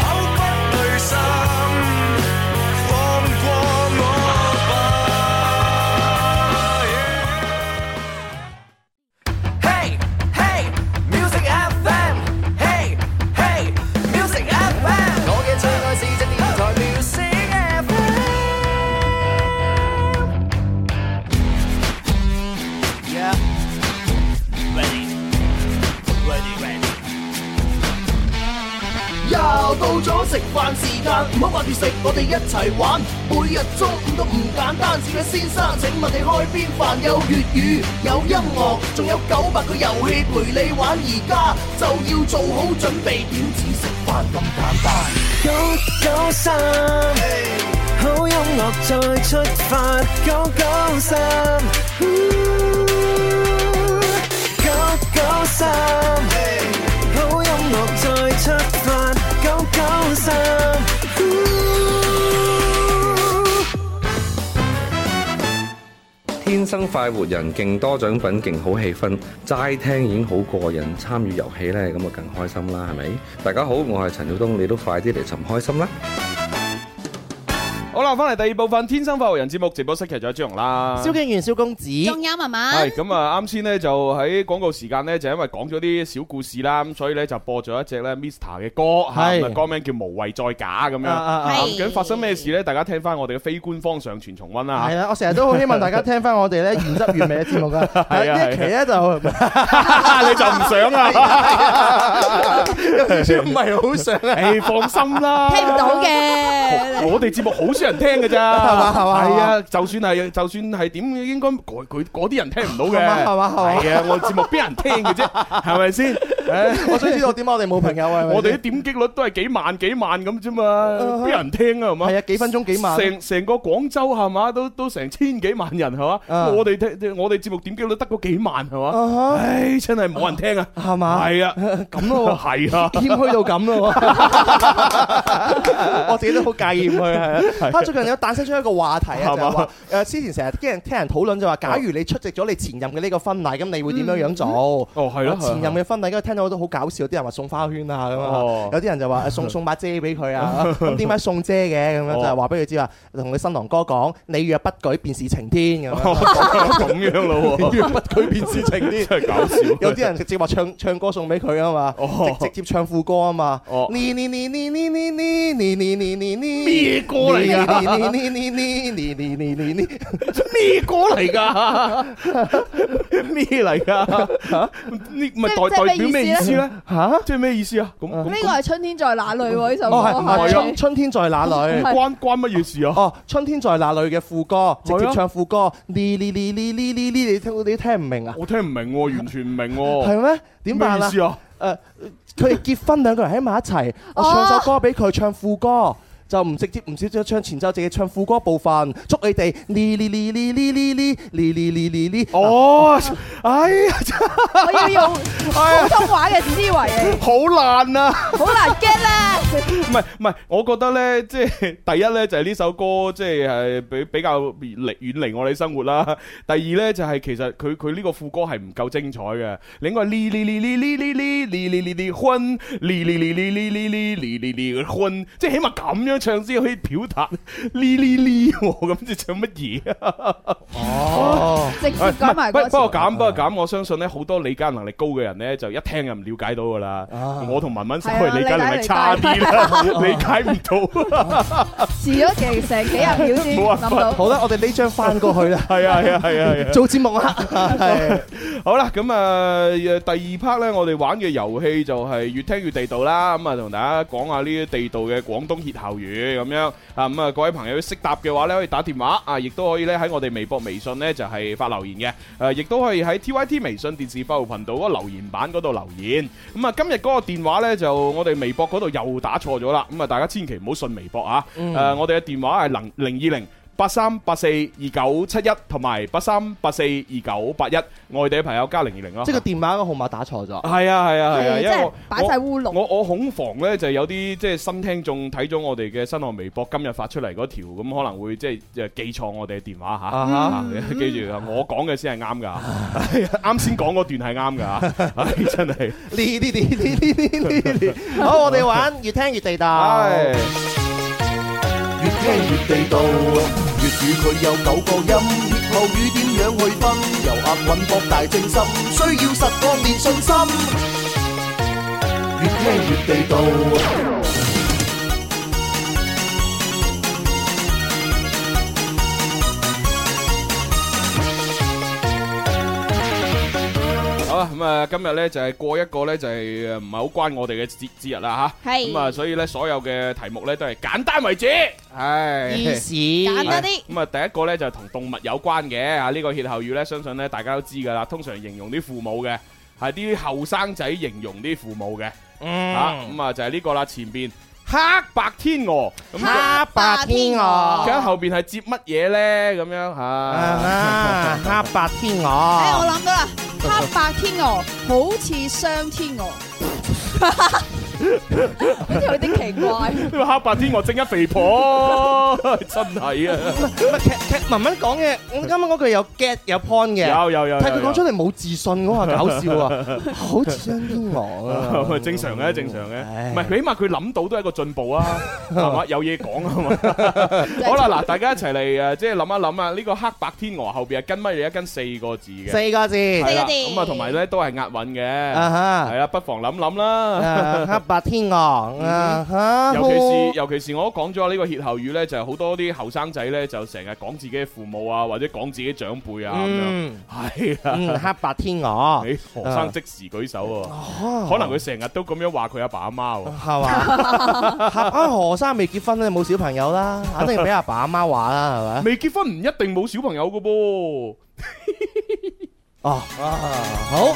H: 口不對心，放過我吧。
D: Hey hey music FM Hey hey music FM，我嘅最愛是隻電台 music FM。又到咗食飯時間，唔好掛住食，我哋一齊玩。每日中午都唔簡單，小嘅先生，請問你開邊飯？有粵語，有音樂，仲有九百個遊戲陪你玩。而家就要做好準備，點止食飯咁簡單？
H: 九九三，好音樂再出發，九九三，九九三，好音樂再出發，九九三。天
I: 生快活人勁多獎品，勁好氣氛，齋聽已經好過癮，參與遊戲呢，咁啊更開心啦，係咪？大家好，我係陳曉東，你都快啲嚟尋開心啦！
C: 好啦，翻嚟第二部分《天生快活人》節目直播室，其實仲有朱容啦。
D: 蕭敬元、蕭公子，
E: 仲有文文，
C: 系咁啊！啱先呢，就喺廣告時間呢，就因為講咗啲小故事啦，咁所以呢，就播咗一隻咧 Mr 嘅歌，吓
D: 係
C: 咁啊歌名叫《無謂再假》咁樣。
D: 啊啊啊
C: 咁究竟發生咩事呢？大家聽翻我哋嘅非官方上傳重温啦。
D: 係啊
C: 吓
D: 啦，我成日都好希望大家聽翻我哋咧原汁原味嘅節目噶。
C: 係啊
D: 呢一期咧就
C: 你就唔想 啊？
D: 有 少少唔係好想啊，
C: 诶，放心啦，
E: 聽唔到 嘅。
C: 我哋節目好少人聽嘅咋，係
D: 嘛係嘛
C: 係啊，就算係就算係點，應該嗰佢嗰啲人聽唔到嘅，
D: 係嘛係嘛係嘛
C: 係啊，我哋節目邊有人聽嘅啫，係 咪先？唉
D: 我想知道點解我哋冇朋友啊？係咪 Uh-huh
C: 我哋啲點擊率都係幾萬幾萬咁啫嘛，邊有人聽啊？係嘛？
D: 係啊，幾分鐘幾萬，
C: 成成個廣州係嘛，都都成千幾萬人係嘛？
D: 啊
C: 我哋聽我哋節目點擊率得嗰幾萬係
D: 啊
C: 嘛？
D: 哈
C: 唉，真係冇人聽啊！
D: Uh，係嘛？
C: 係啊，
D: 咁咯喎
C: 係啊。
D: 謙虛到咁咯 喎，我自己都好介意佢係啊。啊，最近有誕生出一個話題啊，
C: 係
D: 就
C: 嘛
D: 係話誒，之前成日聽人聽人討論就話，假如你出席咗你前任嘅呢個婚禮，咁你會點樣樣做？
C: 哦係咯係
D: 前任嘅婚禮，跟住聽到好多好搞笑，啲人話送花圈啊咁
C: 哦
D: 啊，有啲人就話誒 送送把遮俾佢啊，咁點解送遮嘅？咁樣
C: 哦
D: 就係話俾佢知話，同佢新郎哥講，你若不舉，便是晴天咁樣。
C: 咁樣 咯喎，
D: 若不舉，便是晴天。
C: 真係搞笑。
D: 有啲人直接話唱唱歌送俾佢啊嘛，
C: 哦
D: 直直接唱副歌啊嘛
C: 哦，
D: 呢呢呢呢呢呢呢呢呢呢呢呢
C: 咩歌嚟㗎
D: 呢呢呢呢呢呢呢呢呢
C: 咩歌 嚟噶？咩嚟噶？呢咪代
E: 即係
C: 代表咩
E: 即
C: 意思
E: 係咩意思
C: 咧？
D: 嚇？
C: 即係咩意思啊？咁咁
E: 呢個係春天在哪裏喎？呢首歌
D: 哦係
E: 係
D: 係春春天在哪裏？
C: 關關乜嘢事啊？
D: 哦，春天在哪裏嘅副歌，直
C: 係
D: 接
C: 啊
D: 唱副歌，呢呢呢呢呢呢呢，你聽你都聽唔明啊？
C: 我聽唔明喎，完全唔明喎。
D: 係咩？點辦
C: 咩
D: 啊
C: 意？思啊？
D: 誒，佢哋結婚兩個人喺埋一齊，我唱首歌俾佢唱副歌。就唔直接唔少少唱前奏，直接唱副歌部分。祝你哋呢呢呢呢呢呢呢呢呢呢呢呢。
C: 哦，哎呀，真係
E: 我要 用
D: 哎
E: 普通話嘅思維嚟，
C: 好難啊！
E: 好難 get 咧。
C: 唔係唔係，我覺得咧，即係第一咧就係呢首歌，即係係比比較離遠離我哋生活啦。第二咧就係其實佢佢呢個副歌係唔夠精彩嘅，你應該哩哩哩哩哩哩哩哩哩哩哩婚，哩哩哩哩哩哩哩哩哩哩婚，即係起碼咁樣唱先可以表達哩哩哩喎，咁即係唱乜嘢啊？
D: 哦，
E: 直接講埋
C: 不
E: 歌
C: 不過
E: 詞。
C: 咁，不過咁，我相信咧好多理解能力高嘅人咧，就一聽就唔了解到噶啦。
D: 啊
C: 我同文文稍微理解能力差啲啦， 理解唔到。
E: 遲咗成成幾廿秒先
C: 冇辦
E: 諗到。
D: 好啦，我哋呢張翻過 去啦，
C: 係啊係啊係啊係啊！
D: 做節目啦。 係
C: 好啦，咁啊誒第二 part 咧，我哋玩嘅遊戲就係越聽越地道啦。咁啊，同大家講下呢啲地道嘅廣東歇後語咁樣啊。咁啊，各位朋友識答嘅話咧，可以打電話啊，亦都可以咧喺我哋微博、微信咧就係發留言嘅。呃誒，亦都可以喺 T Y T 微信電視服務頻道嗰個留言版嗰度留言。咁啊，今日嗰個電話咧就我哋微博嗰度又打錯咗啦。咁啊，大家千祈唔好信微博啊。誒、我哋嘅電話係零零二零。八三八四二九七一同埋八三八四二九八一，外地嘅朋友加零二零咯。
D: 即係個電話個號碼打錯咗。
C: 係啊係啊係啊，
E: 係
C: 因
E: 真
C: 為
E: 係
C: 我
E: 擺晒烏龍。
C: 我我恐防咧就有啲即係新聽眾睇咗我哋嘅新浪微博今日發出嚟嗰條，咁可能會即係誒記錯我哋嘅電話嚇。
D: 啊哈
C: 啊記住啊，我講嘅先係啱㗎，啱先講嗰段係啱㗎，唉真係。
D: 呢呢呢呢呢呢呢呢。好，我哋玩越聽越地道。
C: 唉
H: 越聽越地道，
I: 啊
H: 粵語佢有九個音，歇後語點樣去分？由押韻博大精深，需要實幹練信心。越聽越地道，
C: 好啦，咁啊，今日咧就係過一個咧就係誒唔係好關我哋嘅節節日啦吓，
E: 係
C: 咁啊，所以咧所有嘅題目咧都係簡單為主，唉。
D: 意思
E: 簡單啲。
C: 咁啊，第一個咧就係同動物有關嘅啊，呢個歇後語咧，相信咧大家都知噶啦，通常形容啲父母嘅，係啲後生仔形容啲父母嘅，
D: 嗯
C: 啊，咁啊就係呢個啦，前邊黑白天鵝，咁
D: 黑白天
C: 而
D: 鵝
C: 家後邊係接乜嘢咧？咁樣
D: 啊，
C: 吓，
D: 黑白天
C: 啊
E: 哎，我
D: 鵝。
E: 諗到啦，黑白天 鵝好似雙天鵝，好似有啲奇奇 怪。
C: 呢個 黑白天鵝正一肥婆， 真係啊！
D: 文文講嘅，我啱啱嗰句有 get 有 point 嘅，
C: 有有有有，
D: 但係佢講出嚟冇自信嗰下搞笑啊 好似張天鵝 啊，
C: 咪正常嘅，正常嘅，唔係起碼佢諗到都係一個進 步啊，係嘛？有嘢講啊嘛。好啦，嗱，大家一齊嚟誒，即係諗一諗啊！呢個黑白天鵝後邊係跟乜嘢？跟四個字嘅，
D: 四個字
C: 係啦
D: 四個字
C: 咁啊，同埋咧都係押韻嘅，
D: 哈
C: 係啦，不妨諗諗
D: 啊
C: 啦
D: 黑。白天鵝啊哈，
C: 尤其是尤其是我都講咗呢個歇後語咧，就係好多啲後生仔咧，就成日講自己嘅父母啊，或者講自己長輩啊
D: 嗯
C: 咁樣，係
D: 嗯
C: 啊。
D: 黑白天鵝，
C: 誒，何生即時舉手喎，
D: 啊
C: 可能佢成日都咁樣話佢阿爸阿媽喎，
D: 係嘛？合啊何生未結婚咧，冇小朋友啦，肯定俾阿爸阿媽話啦，係咪？
C: 未結婚唔一定冇小朋友嘅噃。
D: 哦，好，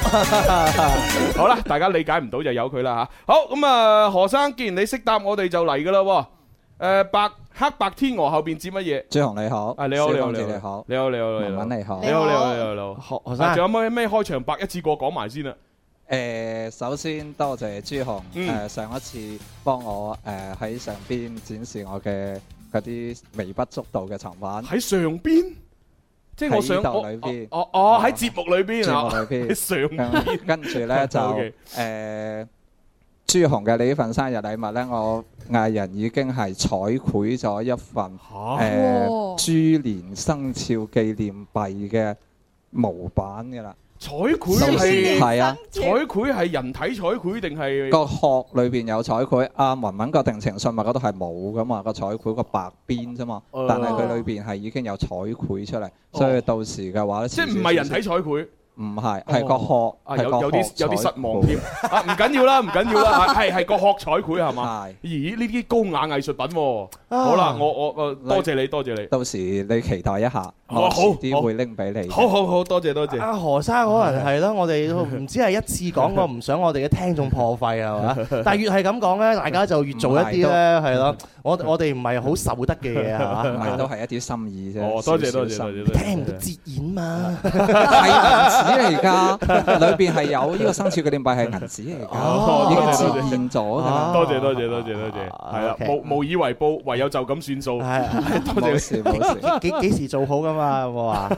C: 好啦，大家理解唔到就由佢啦吓。好咁啊，何生，既然你識答，我哋就嚟噶啦喎。誒，白黑白天鵝後邊接乜嘢？
I: 朱紅你好，
C: 啊，你好，你好，
I: 蕭公子
C: 你
I: 你好，
C: 你好，你好，你好，
I: 文文你好
C: 你好，你好，你好，你好。何
D: 何
I: 生
C: 仲有咩咩開場白一次過講埋先啊？
I: 誒，首先多謝朱紅
C: 嗯
I: 誒上一次幫我誒喺上邊展示我嘅嗰啲微不足道嘅尋玩。
C: 喺上邊，即係我想
I: 喺呢度
C: 我
I: 裏邊。
C: 哦哦，喺節目裏邊啊，
I: 節目裏 邊
C: 喺上邊。
I: 跟住 咧就
C: OK
I: 誒朱紅嘅呢份生日禮物咧，我藝人已經係採繪咗一份
C: 哇哦
I: 誒豬年生肖紀念幣嘅模板嘅啦。
C: 彩繪係
I: 係啊
C: 彩繪係人體彩繪定係
I: 個殼裏邊有彩繪，阿文文個定情信物嗰度係冇噶嘛，個彩繪個白邊啫嘛，
C: 哦
I: 但係佢裏邊係已經有彩繪出嚟，所以到時嘅話咧，
C: 即係唔係人體彩繪？
I: 唔係係個
C: 哦
I: 殼，
C: 啊
I: 係
C: 有
I: 個
C: 有啲
I: 殼
C: 有啲
I: 彩
C: 失望
I: 繪
C: 添啊！唔緊要啦，唔緊要 啦，啊係係係個殼彩繪係嘛？咦呢啲高雅藝術品喎！
I: 啊
C: 好啦，我我我多謝你，多謝你。
I: 到時你期待一下，
C: 哦好
I: 我
C: 好
I: 遲啲
C: 好
I: 會拎俾你。
C: 好好好，多謝多謝。
I: 啊
D: 阿何生可能係咯，我哋都唔知係一次講過，唔想我哋嘅聽眾破費係 嘛？但係越係咁講咧，大家就越做一啲咧係咯，我我哋唔係好受得嘅嘢係嘛？
I: 唔係都係一啲心意啫。
C: 哦多謝
I: 少
C: 多謝
I: 少
C: 多
I: 心
C: 謝多謝
D: 聽唔到節演嘛？
I: 係銀紙嚟㗎， 裏邊係有呢個生肖紀念幣係銀紙嚟
C: 哦
I: 㗎，已經自現咗㗎啦。
C: 多謝哦多謝多謝多謝，
I: 啊
C: 係啦，無無以為報，唯有就咁算數。 係多謝
I: 冇
C: 你
I: 事冇
D: 幾
I: 事。
D: 幾時做好噶嘛？我話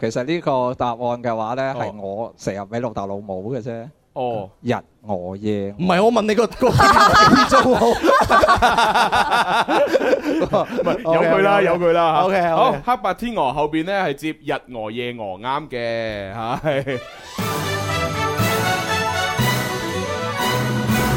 I: 其實呢個答案嘅話咧，係我成日俾老豆老母嘅啫。
C: 哦，
I: 日我夜
D: 唔係我問你個 個做好。
C: 有佢啦，有佢啦
D: OK，OK
C: 好，黑白天鵝後邊咧係接日鵝夜鵝啱嘅，係。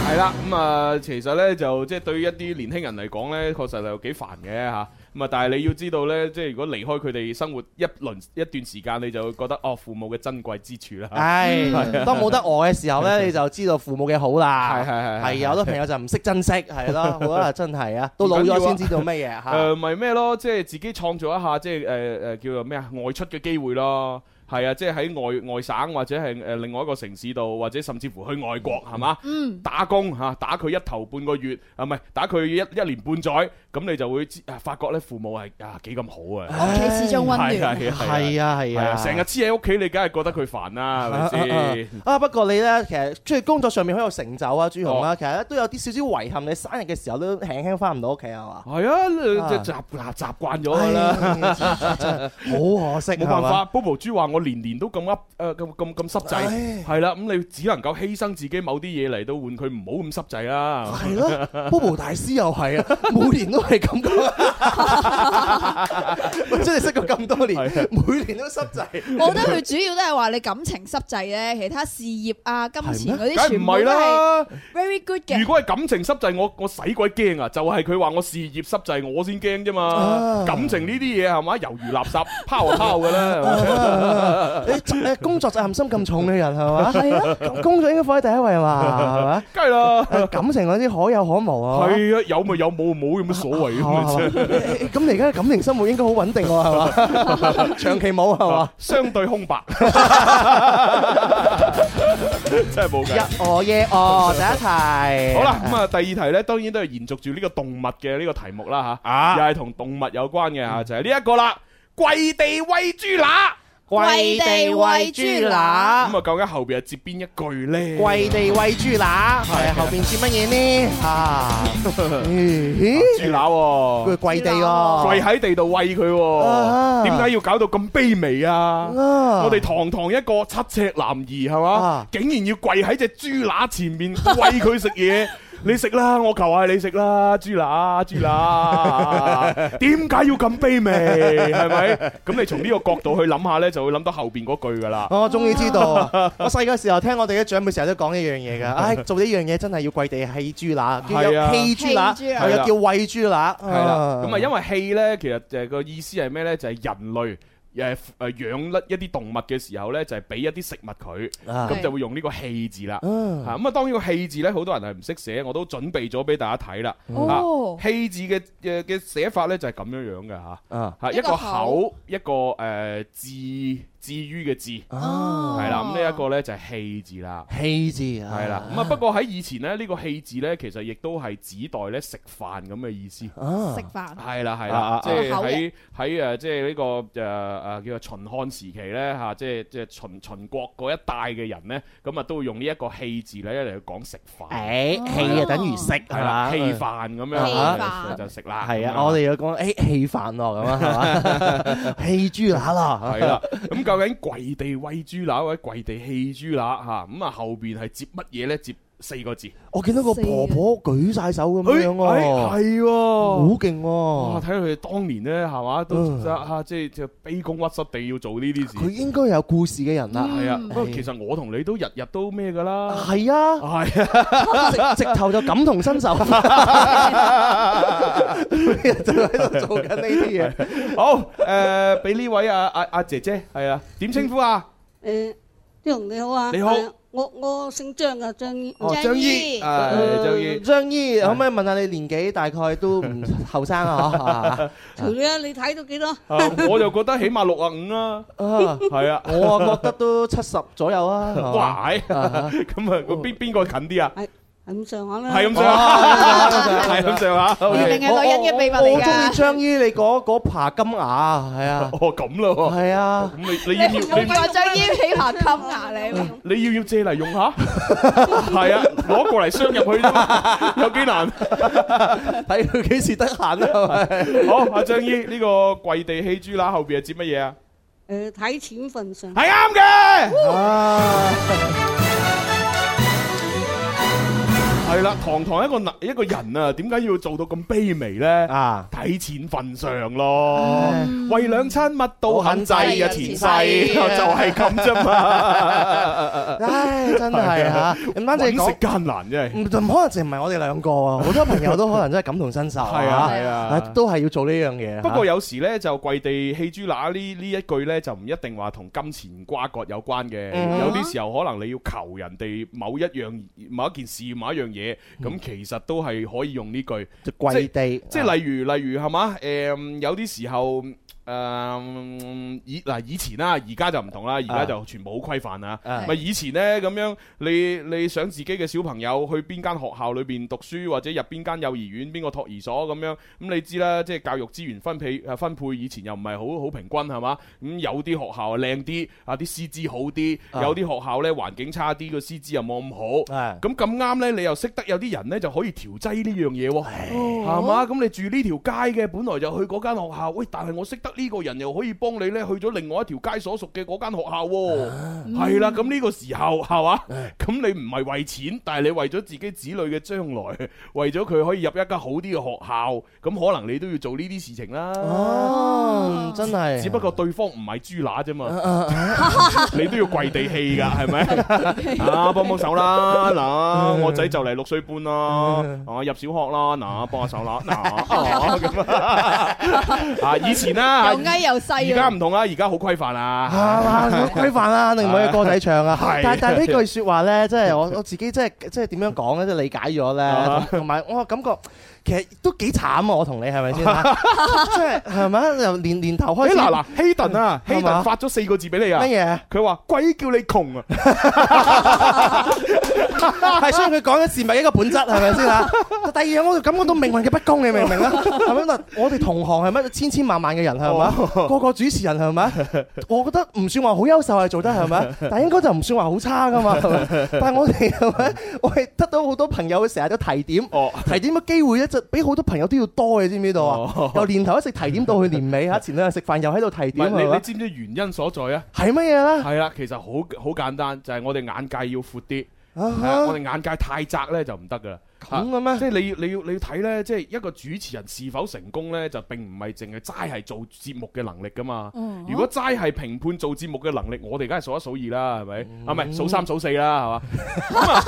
C: 係啦，咁啊，其實咧就即係對於一啲年輕人嚟講咧，確實係幾煩嘅嚇。咁啊，但係你要知道咧，即係如果離開佢哋生活一輪一段時間，你就會覺得哦，父母嘅珍貴之處啦。
D: 唉，
C: 係啊
D: 當冇得我嘅時候咧，你就知道父母嘅好啦。
C: 係係係係
D: 係啊 有好多朋友就唔識珍惜，係咯， 好多人真係啊，到老咗先知道乜嘢嚇。
C: 誒，咪咩咯？即係自己創造一下，即係誒誒叫做咩啊？外出嘅機會咯，係啊，即係喺外外省或者係誒另外一個城市度，或者甚至乎去外國係嘛？
H: 嗯
C: 打工嚇，打佢一頭半個月，啊唔係打佢一一年半載，咁你就會知啊發覺咧父母係啊幾咁好啊！
D: 屋企始終溫暖
C: 係係
D: 係啊係啊
C: 成日黐喺屋企，你梗係覺得佢煩啦，
D: 啊
C: 係咪先？
D: 啊啊不過你咧，其實即係工作上面好有成就啊，朱紅
C: 哦
D: 啊，其實咧都有啲少少遺憾，你生日嘅時候都輕輕翻唔到屋企係嘛？
C: 係啊，
D: 啊
C: 即係習嗱習慣咗㗎啦，
D: 好可惜
C: 冇辦法。Bobo 豬話我年年都咁噏誒咁咁咁濕滯，係啦，咁你只能夠犧牲自己某啲嘢嚟到換佢唔好咁濕滯啦。
D: 係咯，Bobo 大師又係 啊，每年都係 咁講，真係啊識咗咁多年，每年都濕滯。
E: 我覺得佢主要都係話你感情濕滯咧，其他事業啊、金錢嗰啲
C: 係
E: 全
C: 咩
E: 部都
C: 梗係唔係啦
E: 係 very good 嘅。
C: 如果係感情濕滯，我我使鬼驚啊！就係佢話我事業濕滯，我先驚啫嘛。
D: 啊
C: 感情呢啲嘢係嘛，猶如垃圾拋就拋㗎啦。
D: 你誒工作責任心咁重嘅人係嘛？
C: 係啊
D: 咁工作應該放喺第一位嘛，係 嘛？
C: 梗係啦，
D: 感情嗰啲可有可無啊。
C: 係啊，有咪有，冇咪冇有乜所謂咁 啊真係
D: 誒咁你而家嘅感情生活應該好穩定喎， 係嘛？長期冇係嘛？
C: 相對空白，真係冇計。
D: 日我夜我第一題。
C: 好啦，咁啊，第二題咧，當然都係延續住呢個動物嘅呢個題
D: 嗯
C: 目啦吓，又係同動物有關嘅吓，就係呢一個啦，跪地喂豬乸。
D: 跪地喂豬乸
C: 咁啊，究竟後邊係接邊一句咧？
D: 跪地喂豬乸，
C: 係
D: 係
C: 啊
D: 後邊接乜嘢 呢？啊，
C: 豬乸喎，
D: 佢跪地喎
C: 跪喺地度喂佢
D: 啊
C: 喎，點解要搞到咁卑微啊？
D: 啊
C: 我哋堂堂一個七尺男兒係嘛
D: 啊，
C: 竟然要跪喺只豬乸 前面喂佢食嘢。你食啦，我求下你食啦，豬乸，豬 乸，點解要咁卑微？係咪？咁你從呢個角度去諗下呢，就會諗到後邊嗰句噶啦。
D: 哦我終於知道，我細個時候聽我哋啲長輩成日都講一樣嘢 㗎，唉，做呢樣嘢真係要跪地係豬乸，叫
C: 係啊
D: 有欺豬乸，
C: 棄豬乸
D: 又有叫喂豬乸，
C: 系啦，咁啊，因為氣咧，其實誒個意思係咩咧？就係人類呃誒誒養甩一啲動物嘅時候咧，就係俾一啲食物佢，
D: 啊
C: 咁就會用呢個氣字啦。
D: 嗯
C: 嚇咁啊，當然個氣字咧，好多人係唔識寫，我都準備咗俾大家睇啦。
D: 哦
C: 啊氣字嘅嘅嘅寫法咧就係咁樣樣嘅嚇，
D: 啊
C: 嚇一
D: 一個
C: 個口
D: 口，
C: 一個誒字至於嘅字，
D: 哦
C: 啊係啦，咁呢一個咧就係氣字啦。
D: 棄字啊，
C: 係啦，咁啊不過喺以前咧，呢個氣字咧，其實亦都係指代咧食飯咁嘅意思。
D: 啊
E: 食飯
C: 係啦
D: 啊啊
C: 係啦
D: 啊，
C: 即係
E: 口
C: 喺
E: 嘅
C: 喺誒，即係呢個誒誒叫做秦漢時期咧嚇，即係即係秦秦國嗰一帶嘅人咧，咁啊都會用呢一個氣字咧嚟去講食飯。
D: 誒棄啊等於食
C: 係
D: 係
C: 啦，
D: 嘛，
C: 氣飯咁
D: 啊
C: 樣就就食啦。
D: 係
C: 咁
D: 啊，
C: 樣
D: 我哋又講誒棄飯咯，咁 啊係嘛， 棄豬乸啦，
C: 係啦，咁究竟跪地喂豬乸或者跪地棄豬乸嚇，咁啊後邊係接乜嘢咧？接四個字。
D: 我見到
C: 啊
D: 個婆婆舉晒手咁樣
C: 哎
D: 喎，
C: 哎係喎
D: 好勁
C: 哇！
D: 喎！
C: 睇佢哋當年咧，係嘛都
D: 嗯
C: 啊，即係即係卑躬屈膝地要做呢啲事。
D: 佢應該有故事嘅人啦，
C: 係啊，不過其實我同你都日日都咩噶啦。
D: 係啊，
C: 係
D: 啊，直直頭就感同身受，每日 就喺度做緊呢啲嘢。
C: 好誒，俾呢位啊啊啊姐姐係啊，點稱呼啊？
A: 誒，朱紅你好
B: à?
A: 啊！
C: 你好
B: Ờ,
A: 誒我我姓張啊，張姨。
C: 哦張姨啊張姨
D: 張姨，可唔可以問下你年紀大概都唔後生啊？
A: 除你啊，你睇到幾多？
C: 啊我就覺得起碼六啊五啦。
D: 啊，
C: 係啊，
D: 我啊覺得都七十左右啊。哦係嘛
C: 哇！係 咁啊，個邊邊個近啲啊？
A: 係咁上下啦。
C: 係咁上
D: 啊哦
C: 下，係咁上下。
D: 要
C: OK
D: 令佢
E: 女人嘅秘密
D: 我
E: 嚟
D: 中意
E: 㗎。
D: 張姨你嗰嗰爬金牙，係啊。
C: 哦，咁咯
D: 喎。係啊。
C: 咁你你要唔要
E: 我
C: 你
E: 話張煙起爬襟牙你，
C: 你要唔要借嚟用下？ 係啊，攞過嚟鑲入去 啫嘛，有幾難？
D: 睇佢幾時得閒啦，係
C: 好，阿張姨呢個跪地棄豬乸後邊係接乜嘢啊？
B: Ờ,
A: 誒，睇錢份上。
C: 係啱嘅。
D: 啊！
C: 係啦，堂堂一個男一個人啊，點解要做到咁卑微呢？
D: 啊，
C: 睇錢份上咯，為兩餐乜都肯制
D: 啊
C: 嘅前世 就係咁啫 嘛。
D: 唉，真啊係嚇，唔單止
C: 揾
D: 講嗯
C: 食。艱難真係。
D: 唔可能淨唔係我哋兩個啊，好多朋友都可能真係感同身受
C: 係啊係啊
D: 都係要做呢樣嘢啊。
C: 不過有時呢，就跪地棄豬乸呢呢一句呢，就唔一定話同金錢瓜葛有關嘅，
D: 嗯
C: 有啲時候可能你要求人哋某一樣某一件事某一樣嘢，
D: 嗯
C: 咁其實都係可以用呢句。
D: 就跪地，
C: 即係例如例如係嘛？誒、有啲時候誒、嗯以嗱以前啦，而家就唔同啦，而家
D: 啊
C: 就全部好規範啦。
D: 啊
C: 咪以前呢，咁樣，你你想自己嘅小朋友去邊間學校裏邊讀書，或者入邊間幼兒園邊個托兒所咁樣，咁你知啦，即係教育資源分配誒分配以前又唔係好好平均係嘛？咁有啲學校啊靚啲，啊啲師資好啲，
D: 啊
C: 有啲學校呢環境差啲，個師資又冇咁好
D: 係。
C: 咁咁啱呢，你又識得有啲人呢就可以調劑呢樣嘢喎。係嘛？咁你住呢條街嘅，本來就去嗰間學校，喂！但係我識得呢個人，又可以幫你呢去咗另外一條街所屬嘅嗰間學校喎。係啦，咁呢個時候係嘛？咁你唔係為錢，但係你為咗自己子女嘅將來，為咗佢可以入一間好啲嘅學校，咁可能你都要做呢啲事情啦。
D: 哦，真係，
C: 只不過對方唔係豬乸啫嘛
D: 啊，
C: 你都要跪地氣㗎，係咪？啊，幫幫手啦！嗱，
D: 嗯
C: 我仔就嚟六歲半啦，啊，入小學啦，嗱，幫下 手啦，嗱，啊咁啊，啊，以前啦，
E: 又矮又細啊
C: 而家唔同啦，而家好規範啦，
D: 啊 哇！好規範啊，你唔可以歌仔唱啊
C: 係。
D: 但但呢句説話咧，即係我我自己即係即係點樣講咧，即係理解咗
C: 啊
D: 咧，同埋我感覺。其實都幾慘啊！我同你係咪先？ 即係係咪啊？由年年頭開始。嗯
C: 誒哎嗱嗱，希頓啊，希
D: 係嘛
C: 頓發咗四個字俾你啊，
D: 乜嘢？
C: 佢話鬼叫你窮啊！
D: 係，所以佢講嘅事物一個本質係咪先 啊？第二樣我就感覺到命運嘅不公，你明唔明啊？係咪嗱？我哋同行係乜千千萬萬嘅人係咪啊？個個主持人係 咪？我覺得唔算話好優秀係做得係咪？但係應該就唔算話好差噶嘛係咪？ 但係我哋係咪？我係得到好多朋友成日都提點，
C: 哦
D: 提點嘅機會咧就比好多朋友都要多，你知唔知道
C: 哦
D: 啊？由年頭一直提點到去年 尾嚇，前兩日食飯又喺度提
C: 唔係
D: 點啊係
C: 你你
D: 咪？
C: 知唔知原因所在啊？
D: 係乜嘢咧？
C: 係啦，其實好好簡單，就係我哋眼界要闊啲。
D: 啊哦
C: 係啊我哋眼界太窄咧就唔得噶啦。啊
D: 咁嘅咩？
C: 即係你要你要你要睇咧，即係一個主持人是否成功咧，就並唔係淨係齋係做節目嘅能力噶嘛。
D: 嗯
C: 如果齋係評判做節目嘅能力，我哋梗係數一數二啦，係咪？啊，唔係數三數四啦，係嘛？咁啊，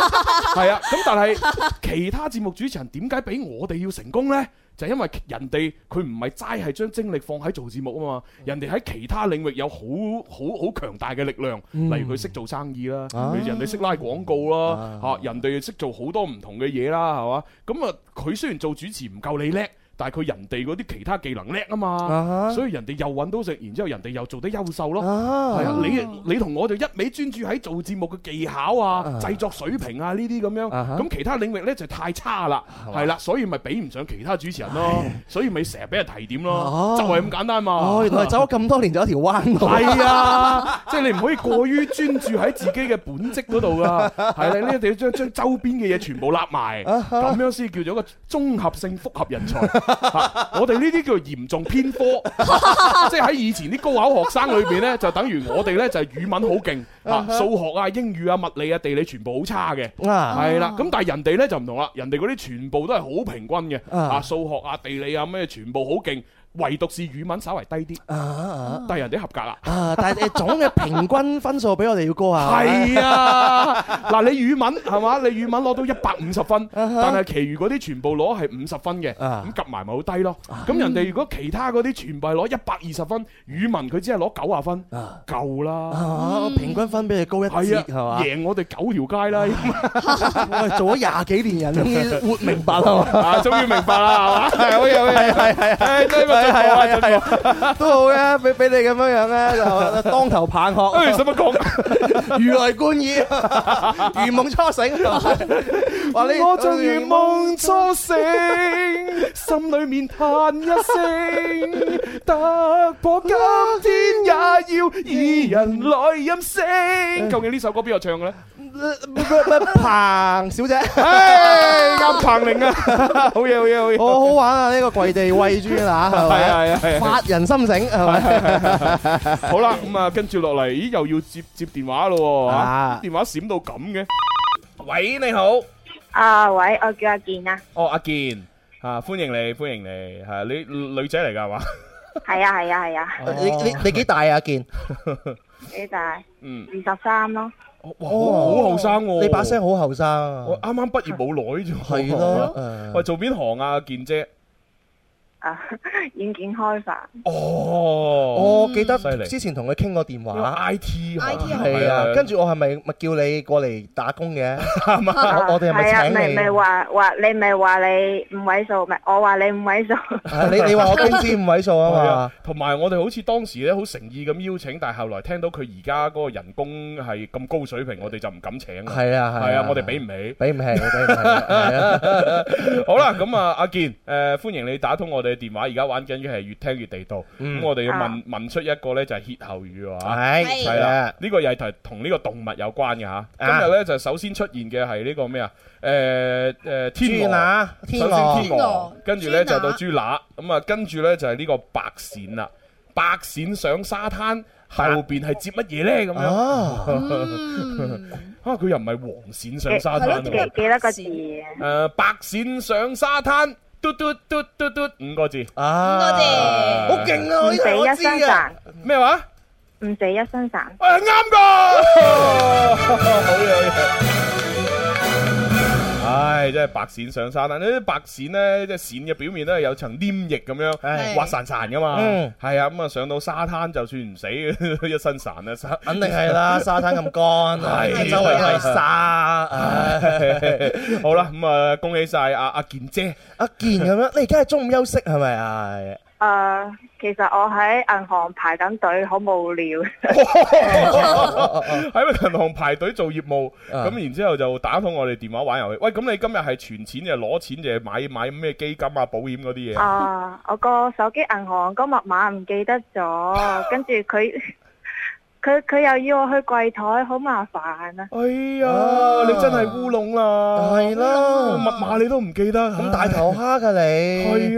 C: 係啊。咁但係其他節目主持人點解比我哋要成功呢？就因為人哋佢唔係齋係將精力放喺做節目啊嘛，
D: 嗯
C: 人哋喺其他領域有好好好強大嘅力量，
D: 嗯
C: 例如佢識做生意啦，
D: 啊
C: 人哋識拉廣告啦，嚇、人哋識做好多唔同嘅嘢啦，係嘛？咁啊，佢雖然做主持唔夠你叻。但係佢人哋嗰啲其他技能叻啊
D: 啊
C: 嘛，
D: 哈
C: 所以人哋又揾到食，然之後人哋又做得優秀咯。
D: 啊
C: 係啊，你你同我就一味專注喺做節目嘅技巧啊、製作水平啊呢啲咁樣，
D: 啊哈
C: 咁其他領域呢就太差啦，係啦，所以咪比唔上其他主持人咯，所以咪成日俾人提點咯
D: 哦，
C: 就係咁簡單嘛。
D: 哦，原來走咗咁多年就一條彎路。
C: 係啊，即係你唔可以過於專注喺自己嘅本職嗰 度噶，係你一定要將將周邊嘅嘢全部揦埋，
D: 啊
C: 咁樣先叫做一個綜合性複合人才。 嚇我哋呢啲叫嚴重 偏科，即係喺以前啲高考學生裏邊咧，就等於我哋咧就係語文好勁，
D: 啊
C: 嚇數學啊、英語啊、物理啊、地理全部好差嘅，
D: 啊
C: 係啦。咁但係人哋咧就唔同啦，人哋嗰啲全部都係好平均嘅，
D: 啊
C: 啊數學啊、地理啊咩全部好勁，唯獨是語文稍為低啲。
D: 啊
C: 但係人哋合格啦。
D: 啊！但係你總嘅平均分數比我哋要高啊！
C: 係啊， 嗱你語文係嘛？你語文攞到一百五十分，
D: 啊
C: 但係其餘嗰啲全部攞係五十分嘅，咁夾埋咪好低咯。
D: 啊
C: 咁人哋如果其他嗰啲全部係攞一百二十分，語文佢只係攞九啊分，夠
D: 啊
C: 啦。，
D: 平均分比你高一
C: 係
D: 截
C: 啊
D: 係嘛？啊
C: 贏我哋九條街啦！
D: 我哋做咗廿幾年人，終於活明白啦！
C: 啊，終於明白啦，係嘛？
D: 係好嘢好嘢
C: 係係係，真係進步啊進步
D: 都好嘅，俾俾你咁樣樣咧，就當頭棒喝。
C: 誒使乜
D: 講？如來貫耳，如夢初醒。話你
C: 我像如夢初醒，心裏面嘆一聲，突破今天也要二人來飲勝。究竟呢首歌邊個唱嘅咧？
D: 彭小姐，
C: 唉，啱彭玲 啊，好嘢好嘢好嘢，
D: 好好玩啊！呢個跪地喂豬啦，係咪？
C: 係啊係啊係啊
D: 發人心醒係咪？
C: 好啦，咁啊，跟住落嚟，咦，又要接接電話咯喎，
D: 啊
C: 電話閃到咁嘅。喂，你好。
J: 啊，喂，我叫阿健啊，
C: 哦，阿健，啊，歡迎你，歡迎你，係你女仔嚟㗎係嘛？
J: 係啊，係啊，係啊，
D: 你你你幾大啊？阿健？
J: 你大
C: 嗯，
J: 二十三咯，
C: 哇，好後生喎。
D: 你把聲好後生啊！
C: 我啱啱畢業冇耐啫喎。
D: 係 咯誒
C: 喂，做邊行啊，健姐？
J: 啊，軟件開發，
C: 哦，
D: 我記得
C: 犀利
D: 之前同佢傾過電
C: 因為
D: 話
C: I T
D: 係啊，跟住我係咪咪叫你過嚟打工 嘅？
J: 啊
D: 我我哋係
J: 係啊
D: 咪請
J: 咪咪
D: 你？
J: 話話你咪話你五位數，咪我話你五位數，
D: 啊你你話我工資五位數啊
C: 係
D: 嘛
C: 啊？，同埋我哋好似當時咧好誠意咁邀請，但係後來聽到佢而家嗰個人工係咁高水平， 我哋就唔敢請啦。
D: 係啊係啊
C: 係啊，我哋俾唔起。
D: 俾唔起，俾唔起，係啊！
C: 好啦，咁啊，阿健，誒，歡迎你打通我哋嘅電話，而家玩緊嘅係越聽越地道。咁
D: 嗯
C: 我哋要問問出一個咧就係歇後語啊，
D: 係
C: 係啦，呢個又係同呢個動物有關嘅嚇。今
D: 啊
C: 日咧就首先出現嘅係呢個咩啊？誒誒，
D: 豬
C: 天
D: 乸
C: 鵝，
D: 天
C: 首
D: 鵝
C: 先天鵝，跟住
D: 豬乸
C: 咧就到豬乸，咁啊，跟住咧就係呢個白鱔啦。白鱔上沙灘，後邊係接乜嘢咧？咁樣
D: 哦
E: 嗯
C: 啊，佢又唔係黃鱔上沙灘
J: 幾
C: 喎
J: 幾。幾多個字
C: 誒、
J: 啊？
C: 白鱔上沙灘，嘟嘟嘟嘟嘟，五個字。
D: 啊，
J: 好
D: 勁
J: 唔死一身散，
C: 咩話？哎
J: 唔死一身散，
C: 誒 啱噶，好嘢好嘢。唉，真係白鱔上山啦！啊呢啲白鱔咧，即係鱔嘅表面都係有層黏液咁樣，
D: 係
C: 滑潺潺噶嘛。
D: 嗯
C: 係啊，咁啊上到沙灘就算唔死， 一身潺啦，沙
D: 肯定係啦，沙灘咁乾，
C: 係
D: 周圍都係沙， 唉
C: 咁。好啦，咁啊恭喜晒阿阿健姐。
D: 阿健咁樣，你而家係中午休息係咪啊？
J: 誒，呃其實我喺銀行排緊隊，好無聊。
C: 喺銀行排隊做業務，
D: 啊
C: 咁然之後就打通我哋電話玩遊戲。喂，咁你今日係存錢定係攞錢定係買買咩基金啊、保險嗰啲嘢？
J: 啊！我個手機銀行個密碼唔記得 咗，跟住佢 佢佢又要我去櫃台，好麻煩啊！
C: 哎
D: 啊
C: 呀，你真係烏龍啦！
D: 係啦，
C: 密碼你都唔記得，咁
D: 哎大頭蝦㗎你。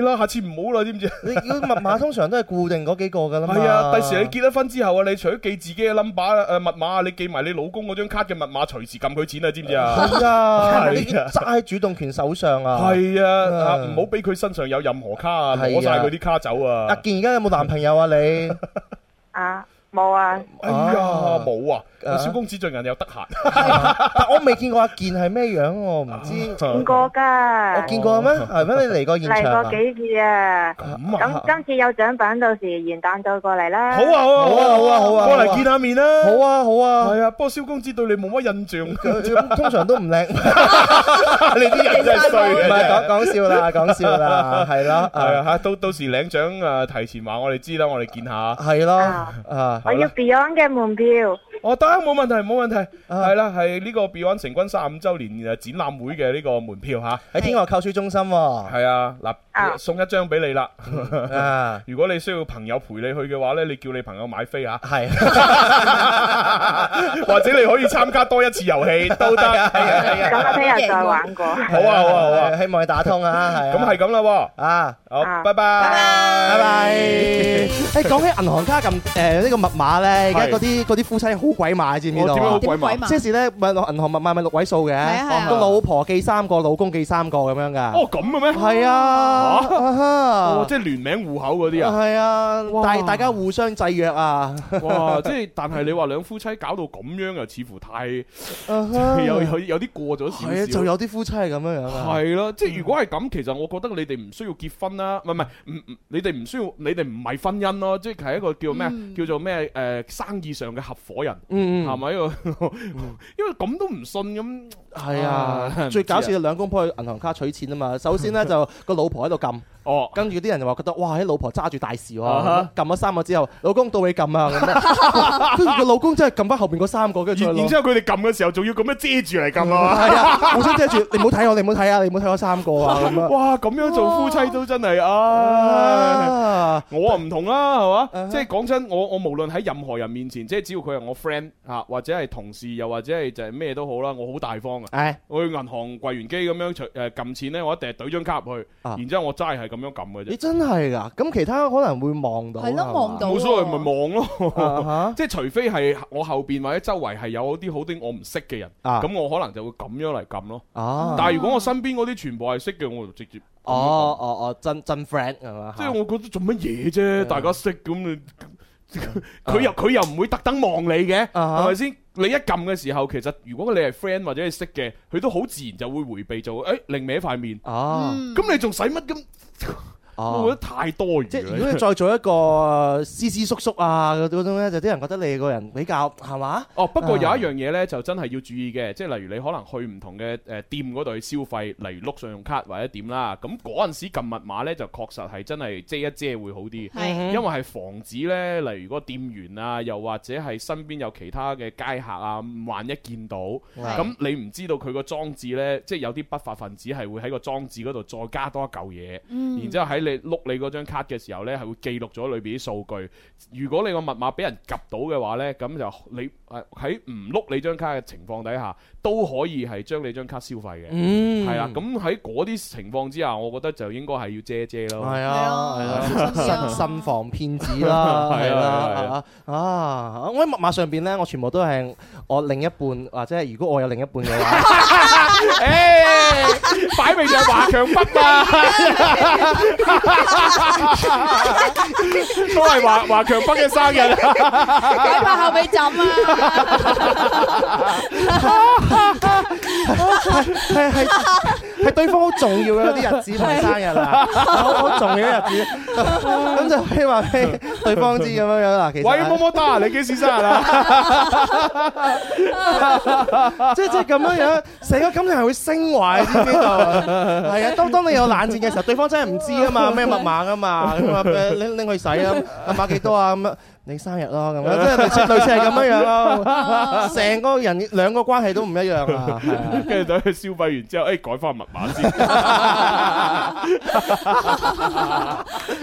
C: 係啦，下次唔好啦，知唔知？
D: 你要密碼通常都係固定嗰幾個㗎啦嘛。
C: 係啊，第時你結咗婚之後啊，你除咗記自己嘅 number 啊、誒密碼啊，你記埋你老公嗰張卡嘅密碼，隨時撳佢錢啊，知唔知 啊？
D: 係啊，你
C: 係啊。
D: 揸喺主動權手上啊。
C: 係啊，啊
D: 嗯
C: 唔好俾佢身上有任何卡啊，
D: 係啊
C: 攞晒佢啲卡走啊！
D: 阿健而家有冇男朋友啊？你
J: 啊，冇啊！
C: 哎呀，
D: 啊
C: 冇啊！
D: 啊
C: 小公子最近又得閒，
D: 但我未見過阿健係咩樣，我唔
C: À.
D: 知。
J: 見過㗎，
D: 我見過咩？係咩？你嚟過現場
J: 嚟
D: 啊
J: 過幾次啊！
C: 咁
J: 今次有獎品，到時元旦再過嚟啦。
C: 好啊好啊
D: 好啊好啊
C: 過嚟見下面啦！好
D: 啊好啊！
C: 係啊，不過小公子對你冇乜印
D: Ừ,
C: 象，
D: 通常都唔靚。
C: 你啲人真係衰啊！
D: 唔係講講笑啦講笑啦係啦
C: 係啊嚇，到到時領獎啊，提前話我哋知啦，我哋見下。
D: 係咯啊！
J: 我要 Beyond 嘅門票。
C: 我哦得冇問題冇問題，係啦，係呢個 Beyond 成軍三十五週年誒啊展覽會嘅呢個門票嚇。
D: 喺天河購書中心喎。
C: 係啊，嗱，送一張俾你啦。嗯
D: 啊
C: 如果你需要朋友陪你去嘅話咧，你叫你朋友買 飛啊。
D: 係，
C: 或者你可以參加多一次遊戲都得。
K: Dạ.
J: 咁
K: 啊
J: 我聽
B: Dạ,
J: 日再玩過。
C: 好啊好啊好啊，
D: 希望你打通啊，係啊
C: 咁係咁啦喎，
D: 啊，
C: 好，拜拜，拜
D: 拜 拜。誒，講起銀行卡撳誒呢個密碼咧，而家嗰啲嗰啲夫妻好鬼馬，知唔知道
C: 我
D: 啊？
C: 哦點樣好鬼馬點鬼馬
D: 即係時咧，咪銀行密碼咪六位數
C: 啊係啊
D: 嘅，個老婆記三個，老公記三個咁樣㗎。哦，
C: 咁嘅咩？
D: 係啊
C: 嚇
D: 啊哈，
C: 哦，即係聯名户口嗰啲啊。
D: 係啊，大大家互相制約 啊。
C: 哇！即係，但係你話兩夫妻搞到咁樣，又似乎太 有有有啲過咗少
D: 啊係啊，
C: 少。
D: 就有啲夫妻係咁樣樣啊。
C: 係咯，即係如果係咁，其實我覺得你哋唔需要結婚啦，唔係唔係，唔唔你哋唔需要，你哋唔係婚姻咯，即係係一個叫咩、啊叫做咩誒、呃生意上嘅合伙人，
D: 嗯嗯嗯
C: 係咪？ 因為咁都唔信咁，
D: 係 啊，最搞笑係兩公婆去銀行卡取錢啊嘛。首先咧就個老婆喺度撳，
C: 哦，
D: 跟住啲人就話覺得哇，啲老婆揸住大事喎，
C: 啊哈
D: 咁撳咗三個之後，老公到你撳啊咁 樣，跟住個老公真係撳翻後邊嗰三個，跟住再
C: 然
D: 攞
C: 然之後佢哋撳嘅時候，仲要咁樣遮住嚟撳啊！
D: 係啊，互相遮住，你唔好睇我，你唔好睇啊，你唔好睇我三個啊咁樣。
C: 哇，咁樣做夫妻都真係 啊！我啊唔同啦，係
D: 嗯
C: 嘛？即係講真，我我無論喺任何人面前，即係只要佢係我 friend 啊，或者係同事，又或者係就係咩都好啦，我好大方
D: 係
C: 啊！我去銀行櫃員機咁樣除誒撳錢咧，我一定係懟張卡入去，然之後我齋係咁樣撳嘅
D: 啊你
C: 啫。
D: 真係㗎，咁其他可能會望到。啊係嘛
C: 冇所謂咪望
D: 啊
C: 咯，即係除非係我後邊或者周圍係有啲好啲我唔識嘅人，
D: 啊
C: 咁我可能就會咁樣嚟撳咯。
D: 啊
C: 但係如果我身邊嗰啲全部係識嘅，我就直接咁樣撳
D: 哦哦哦，真真 friend 係嘛？
C: 即係我覺得做乜嘢啫？大家識咁你，佢又佢又唔會特登望你嘅，係咪先？你一撳嘅時候，其實如果你係 friend 或者你識嘅，佢都好自然就會迴避，就誒擰歪塊面。
D: 哦
C: 咁你仲使乜咁？我覺得太多餘啦。即係
D: 如果你再做一個呃斯斯縮縮啊嗰種咧，就啲人覺得你個人比較係嘛？
C: 哦，不過有一樣嘢呢，就真係要注意嘅，即係例如你可能去唔同嘅誒店嗰度去消費，例如碌信用卡或者點啦，咁嗰陣時撳密碼呢，就確實係真係遮一遮會好啲，
D: 係
C: 因為係防止呢，例如個店員啊，又或者係身邊有其他嘅街客啊，萬一見到，
D: 係
C: 咁你唔知道佢個裝置呢，即係有啲不法分子係會喺個裝置嗰度再加多一嚿嘢，
D: 嗯
C: 然之後喺你碌你嗰張卡嘅時候呢，係會記錄咗裏邊啲數據。如果你個密碼俾人及到嘅話呢，咁就你誒喺唔碌你張卡嘅情況底下，都可以係將你張卡消費嘅。
D: 嗯
C: 係啦。啊咁喺嗰啲情況之下，我覺得就應該係要遮遮咯。
D: 係啊，係啊，慎慎防騙子 啦，
C: 係
D: 係
C: 啊
D: 啦，啊啊！我喺密碼上邊咧，我全部都係我另一半，或者係如果我有另一半嘅話，
C: 誒，擺明就係華強北啦。都係華華強北嘅生日。
E: 你拍後尾枕啊！
D: 係係係對方好重要嘅嗰啲日子同埋生日 啊，好好重要嘅日子，咁就希望俾對方知咁樣樣啦。其實
C: 喂，么么哒，你幾時生日啊？
D: 即係即係咁樣樣，成個感情係會升華，你知唔知道啊？係啊，當當你有冷戰嘅時候，對方真係唔知啊嘛，咩密碼啊嘛，咁啊誒拎拎去洗啊，密碼幾多啊咁啊。你生日咯，咁樣即係類似類似係咁樣樣咯，成個人兩個關係都唔一樣啊！係啊
C: 跟住等佢消費完之後，誒改翻密碼先。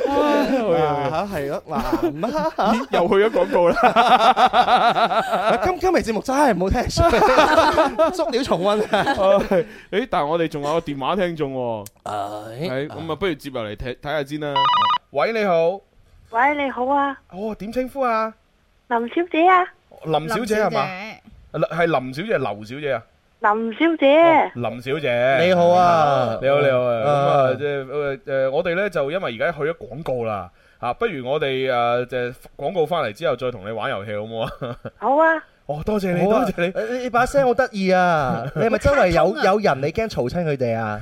D: 啊係咯，嗱，啊
C: 咦又去咗廣告啦！
D: 今今期節目真係唔好聽， 足料重啊温。
C: 誒，但係我哋仲有個電話聽眾喎。係咁啊，不如接入嚟睇睇下先啦。喂，你好，
K: 喂，你好啊，
C: 哦，點稱呼啊？
K: 林小姐啊，
C: 林小姐係嘛？係林小姐，劉小姐啊？
K: 林小姐，
C: 林小姐，
D: 你好啊
C: 你好你好啊，咁啊
D: 啊
C: 即係誒誒，我哋咧就因為而家去咗廣告啦，嚇，不如我哋誒即係廣告翻嚟之後再同你玩遊戲好唔好啊？
K: 好啊，
C: 哦，多謝你，
D: 好啊
C: 多謝你。
D: 你你把聲好得 意啊！你係咪周圍有有人，你驚嘈親佢哋啊？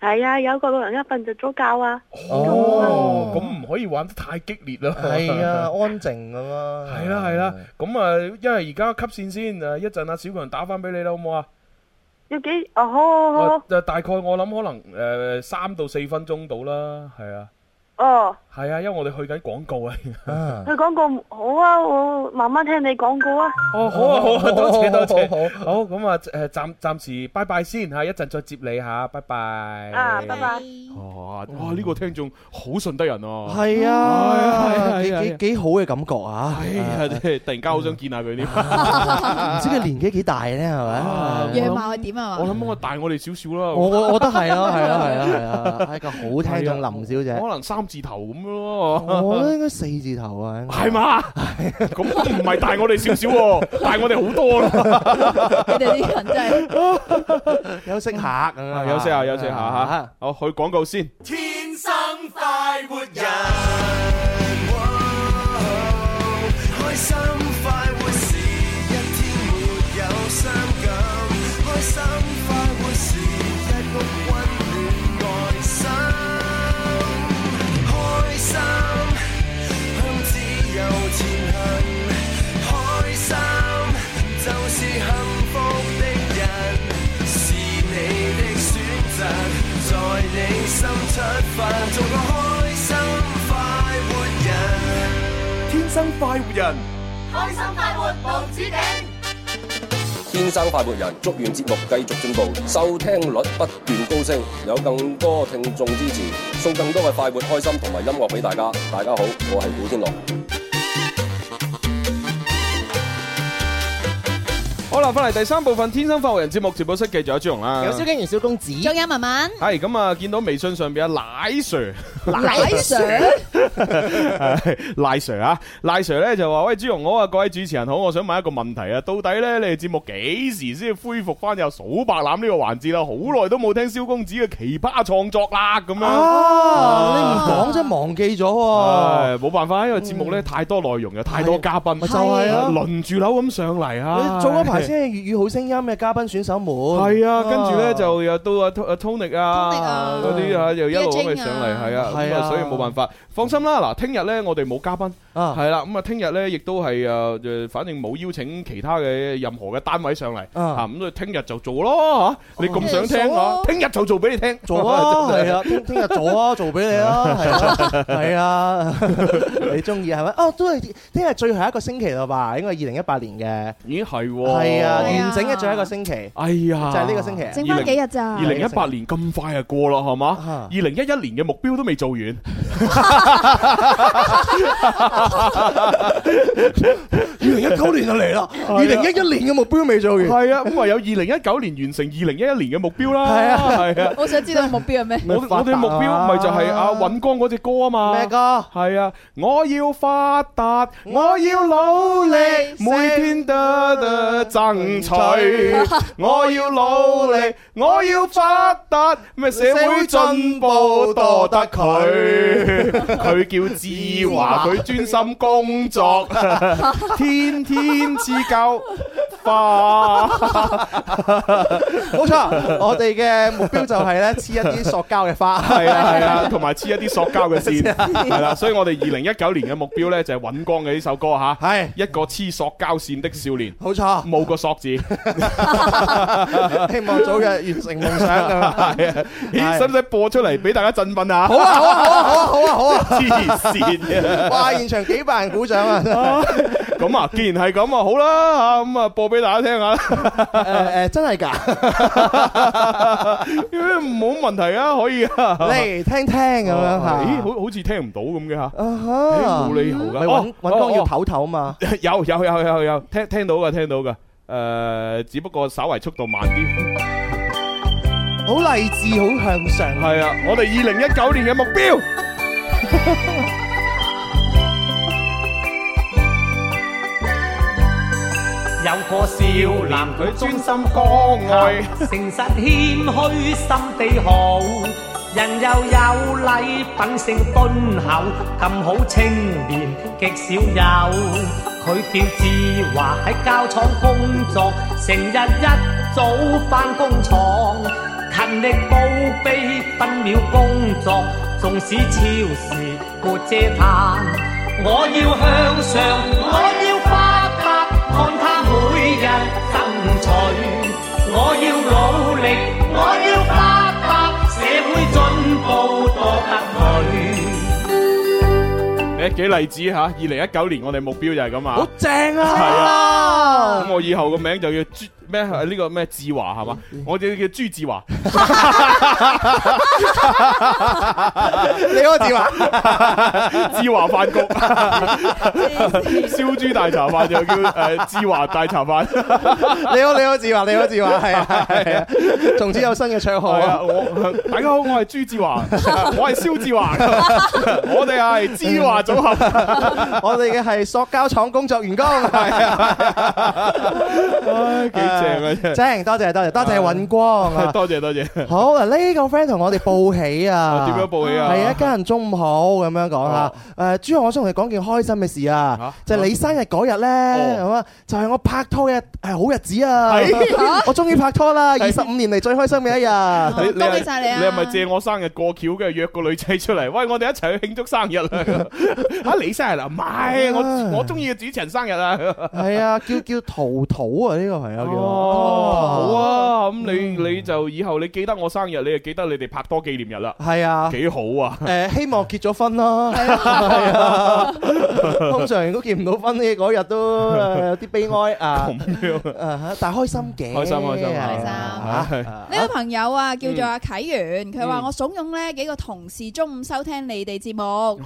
K: 係啊，有個老人家瞓着咗覺啊，
C: 哦，咁唔可以玩得太激烈啦。
D: 係啊，安靜咁啊。
C: 係啦係啦，咁啊，因為而家吸線先，誒一陣阿小強打翻俾你啦，好唔好啊？
K: 要幾？哦，好好
C: 我
K: 好，
C: 就大概我諗可能誒三到四分鐘到啦，係啊，
K: 哦，
C: 係啊，因為我哋去緊廣告啊。
K: 佢講過好啊，我慢慢聽你講過啊，
C: 哦，好啊，好啊， 多謝多謝，好咁啊，誒暫暫時拜拜先嚇，一陣再接你嚇，拜拜。
K: 啊，拜拜。
C: 哦，哇！呢個聽眾好順得人啊，
D: 係啊，幾幾
C: 係
D: 幾好嘅感覺啊！
C: 啊，真係突然間好想見下佢添。
D: 唔知佢年紀幾大咧，係咪？
E: 樣貌係點啊？
C: 我諗我大我哋少少啦。
D: 我我我覺得係咯，係咯，係咯，係啊，係一個好聽眾林小姐
C: 可。能三字頭咁咯。
D: 我覺得應該四字頭啊，應 該
C: 係嘛？咁都唔係大我哋少少喎，大我哋好多啦。
E: 你哋啲人真 係
D: 休息下咁啊，
C: 休息下，休息下嚇。好，去廣告先。
H: 天生快活人，開心快活是一天沒有傷感，開心快活是一屋温暖愛心，開心向自由前行，開心就是幸福的人，是你的選擇，在你心出發，做個開心快活人，天生快活人。
L: 开心快活无止境，
I: 天生快活人，祝願節目繼續進步，收聽率不斷高升，有更多聽眾支持，送更多嘅快活、開心同埋音樂俾大家。大家好，我係古天樂。
C: 好啦，翻嚟第三部分《天生發育人》節目直播室，繼續有朱紅啦。
D: 有蕭敬元小公子，
E: 仲有文文，
C: 係咁啊！見到微信上邊阿奶 Sir，
E: 奶 Sir
C: 賴 Sir 啊，賴 Sir 咧就話：喂，朱容我啊，各位主持人好，我想問一個問題啊，到底咧你哋節目幾時先恢復翻有數白欖呢個環節啦？好耐都冇聽蕭公子嘅奇葩創作啦，咁 樣
D: 啊！你唔講真係忘記咗喎。
C: 唉冇辦法，因為節目咧太多內容，又太多嘉賓，就
D: 係啊
C: 輪住樓咁上嚟啊！
D: 你做嗰排先係粵語好聲音嘅嘉賓選手們。
C: 係啊，跟住咧就又到阿 To- 阿 Tony 啊，嗰啲啊又一路
D: DJ
C: 咁嘅上嚟，係啊，
D: 係
C: 咁啊，
D: 啊
C: 所以冇辦法，放心啦。嗱，聽日咧我哋冇嘉賓，係啦，咁啊，聽日咧亦都係誒，反正冇邀請其他嘅任何嘅單位上嚟啊，咁所以聽日就做咯嚇。你咁想聽啊？聽日就做俾你聽，
D: 做 啊，係啊，聽聽日做 啊，做俾你啊，係啊，係啊， 你中意係咪？哦，都係聽日最後一個星期啦吧，應該二零一八年
C: 嘅。咦係
D: 嘅，
C: 喎，
D: 係啊，完整嘅最後一個星期。
C: 哎呀，
D: 就係呢個星期剩返幾日咋
C: 二零一八年咁快就過啦，係嘛？二零一一年嘅目標都未做完。
D: 二零一九年就嚟啦，二零一一年嘅目標未做完。
C: 係啊，咁唯有二零一九年完成二零一一年嘅目標啦。係啊，係啊。
E: 我想知道目標係咩？
C: 我我哋目標咪就係阿允金剛嗰只歌啊嘛。
D: 咩歌？
C: 係啊，我要發達，我要努力，每天得得爭取。我要努力，我要發達，咩社會進步多得佢。佢叫志華，佢專心工 作，天天自救。花，
D: 冇錯，我哋嘅目標就係 咧黐一啲塑膠嘅花。
C: 系 啊系啊，同埋黐一啲塑膠嘅 線，係啦，所以我哋二零一九年嘅目標呢，就係尹光嘅呢首歌吓，
D: 系
C: 一個黐塑膠線的 少年，
D: 冇錯，
C: 冇個索字，
D: 希望早日完成夢想 啊！
C: 係啊，咦，使唔使播出嚟俾大家振奮下？
D: 好啊好啊好啊好啊好啊！
C: 黐線啊
D: 哇！現場幾百人鼓掌 啊！
C: 咁啊，既然係咁啊，好啦吓，咁啊播俾大家聽下啦。
D: 誒誒，真係㗎，
C: 冇問題啊，可以 啊。
D: 嚟聽聽咁樣嚇。
C: 咦，好好似聽唔到咁嘅吓，
D: 啊
C: 冇理由
D: 咪
C: 噶。
D: 揾
C: 哦
D: 揾光要
C: 哦
D: 唞唞啊嘛。
C: 有有有有有，聽聽到噶聽到噶，诶，只不過稍為速度慢啲。
D: 好勵志，好向上。
C: 係啊，我哋二零一九年嘅目標。
M: 有個少男佢專心歌 愛，誠實謙虛心地好，人又有禮品性敦厚，咁好青年極少有。佢叫志華喺膠廠工作，成日一早返工廠，勤力報備分秒工作，縱使超時沒遮嘆。我要向上，我要發達，看他每日爭取。我要努力，我要發達，社會進步多得佢。
C: 诶，幾勵志吓！二零一九年我哋目標就係咁啊。
D: 正
C: 啊
D: 啊！
C: 咁我以後個名就叫朱咩？啊
M: 嗯
C: 呢個咩志華係嘛？我就叫朱志 華。
D: 你好，志華。
C: 志華 飯局， 燒豬大茶飯就叫誒志華大茶飯。
D: 你好，你好，志華，你好，志華，係啊，係啊，從此有新嘅綽號
C: 係啊，
D: 啊！
C: 我大家好，我係朱志華， 我係蕭志華， 我哋係志華組合。
D: 我哋嘅係塑膠廠工作員 工，係啊，
C: 唉，幾正啊！真係
D: 正，多謝多謝多謝尹光啊！
C: 多謝多謝。
D: 好嗱，呢個 friend 同我哋報喜啊！
C: 點樣報喜啊哦
D: 係啊，家人中午好咁樣講啊。誒，朱紅，我想同你講件開心嘅事啊，就係你生日嗰日
C: 哦
D: 咧，咁啊，就係我拍拖嘅係好日子啊
C: 係！
D: 我終於拍拖啦，二十五年嚟最開心嘅一日。
C: 係你啊係咪借我生日過橋嘅約個女仔出嚟？喂，我哋一齊去慶祝生日啦！ 嚇你生日啊啦？唔係，我我中意嘅主持人生日啊！哦
D: 係啊，叫叫淘淘啊，呢個朋友叫。
C: 好
D: 哦，
C: 啊，咁你你就以後你記得我生日，你就記得你哋拍拖紀念日啦。
D: 係啊。
C: 幾好啊！
D: 誒，希望結咗婚 啦。係啊，通常如果結唔到婚呢，嗰日 都誒有啲悲哀啊。
C: 咁 樣
D: 啊，但係開心嘅。
C: 開心開心
D: 係啊
C: 開心
D: 啊 啊
E: 呢位朋友啊，叫做
D: 嗯
E: 阿啟源，佢話
D: 嗯
E: 我慫恿呢幾個同事中午收聽你哋節目。
C: 哦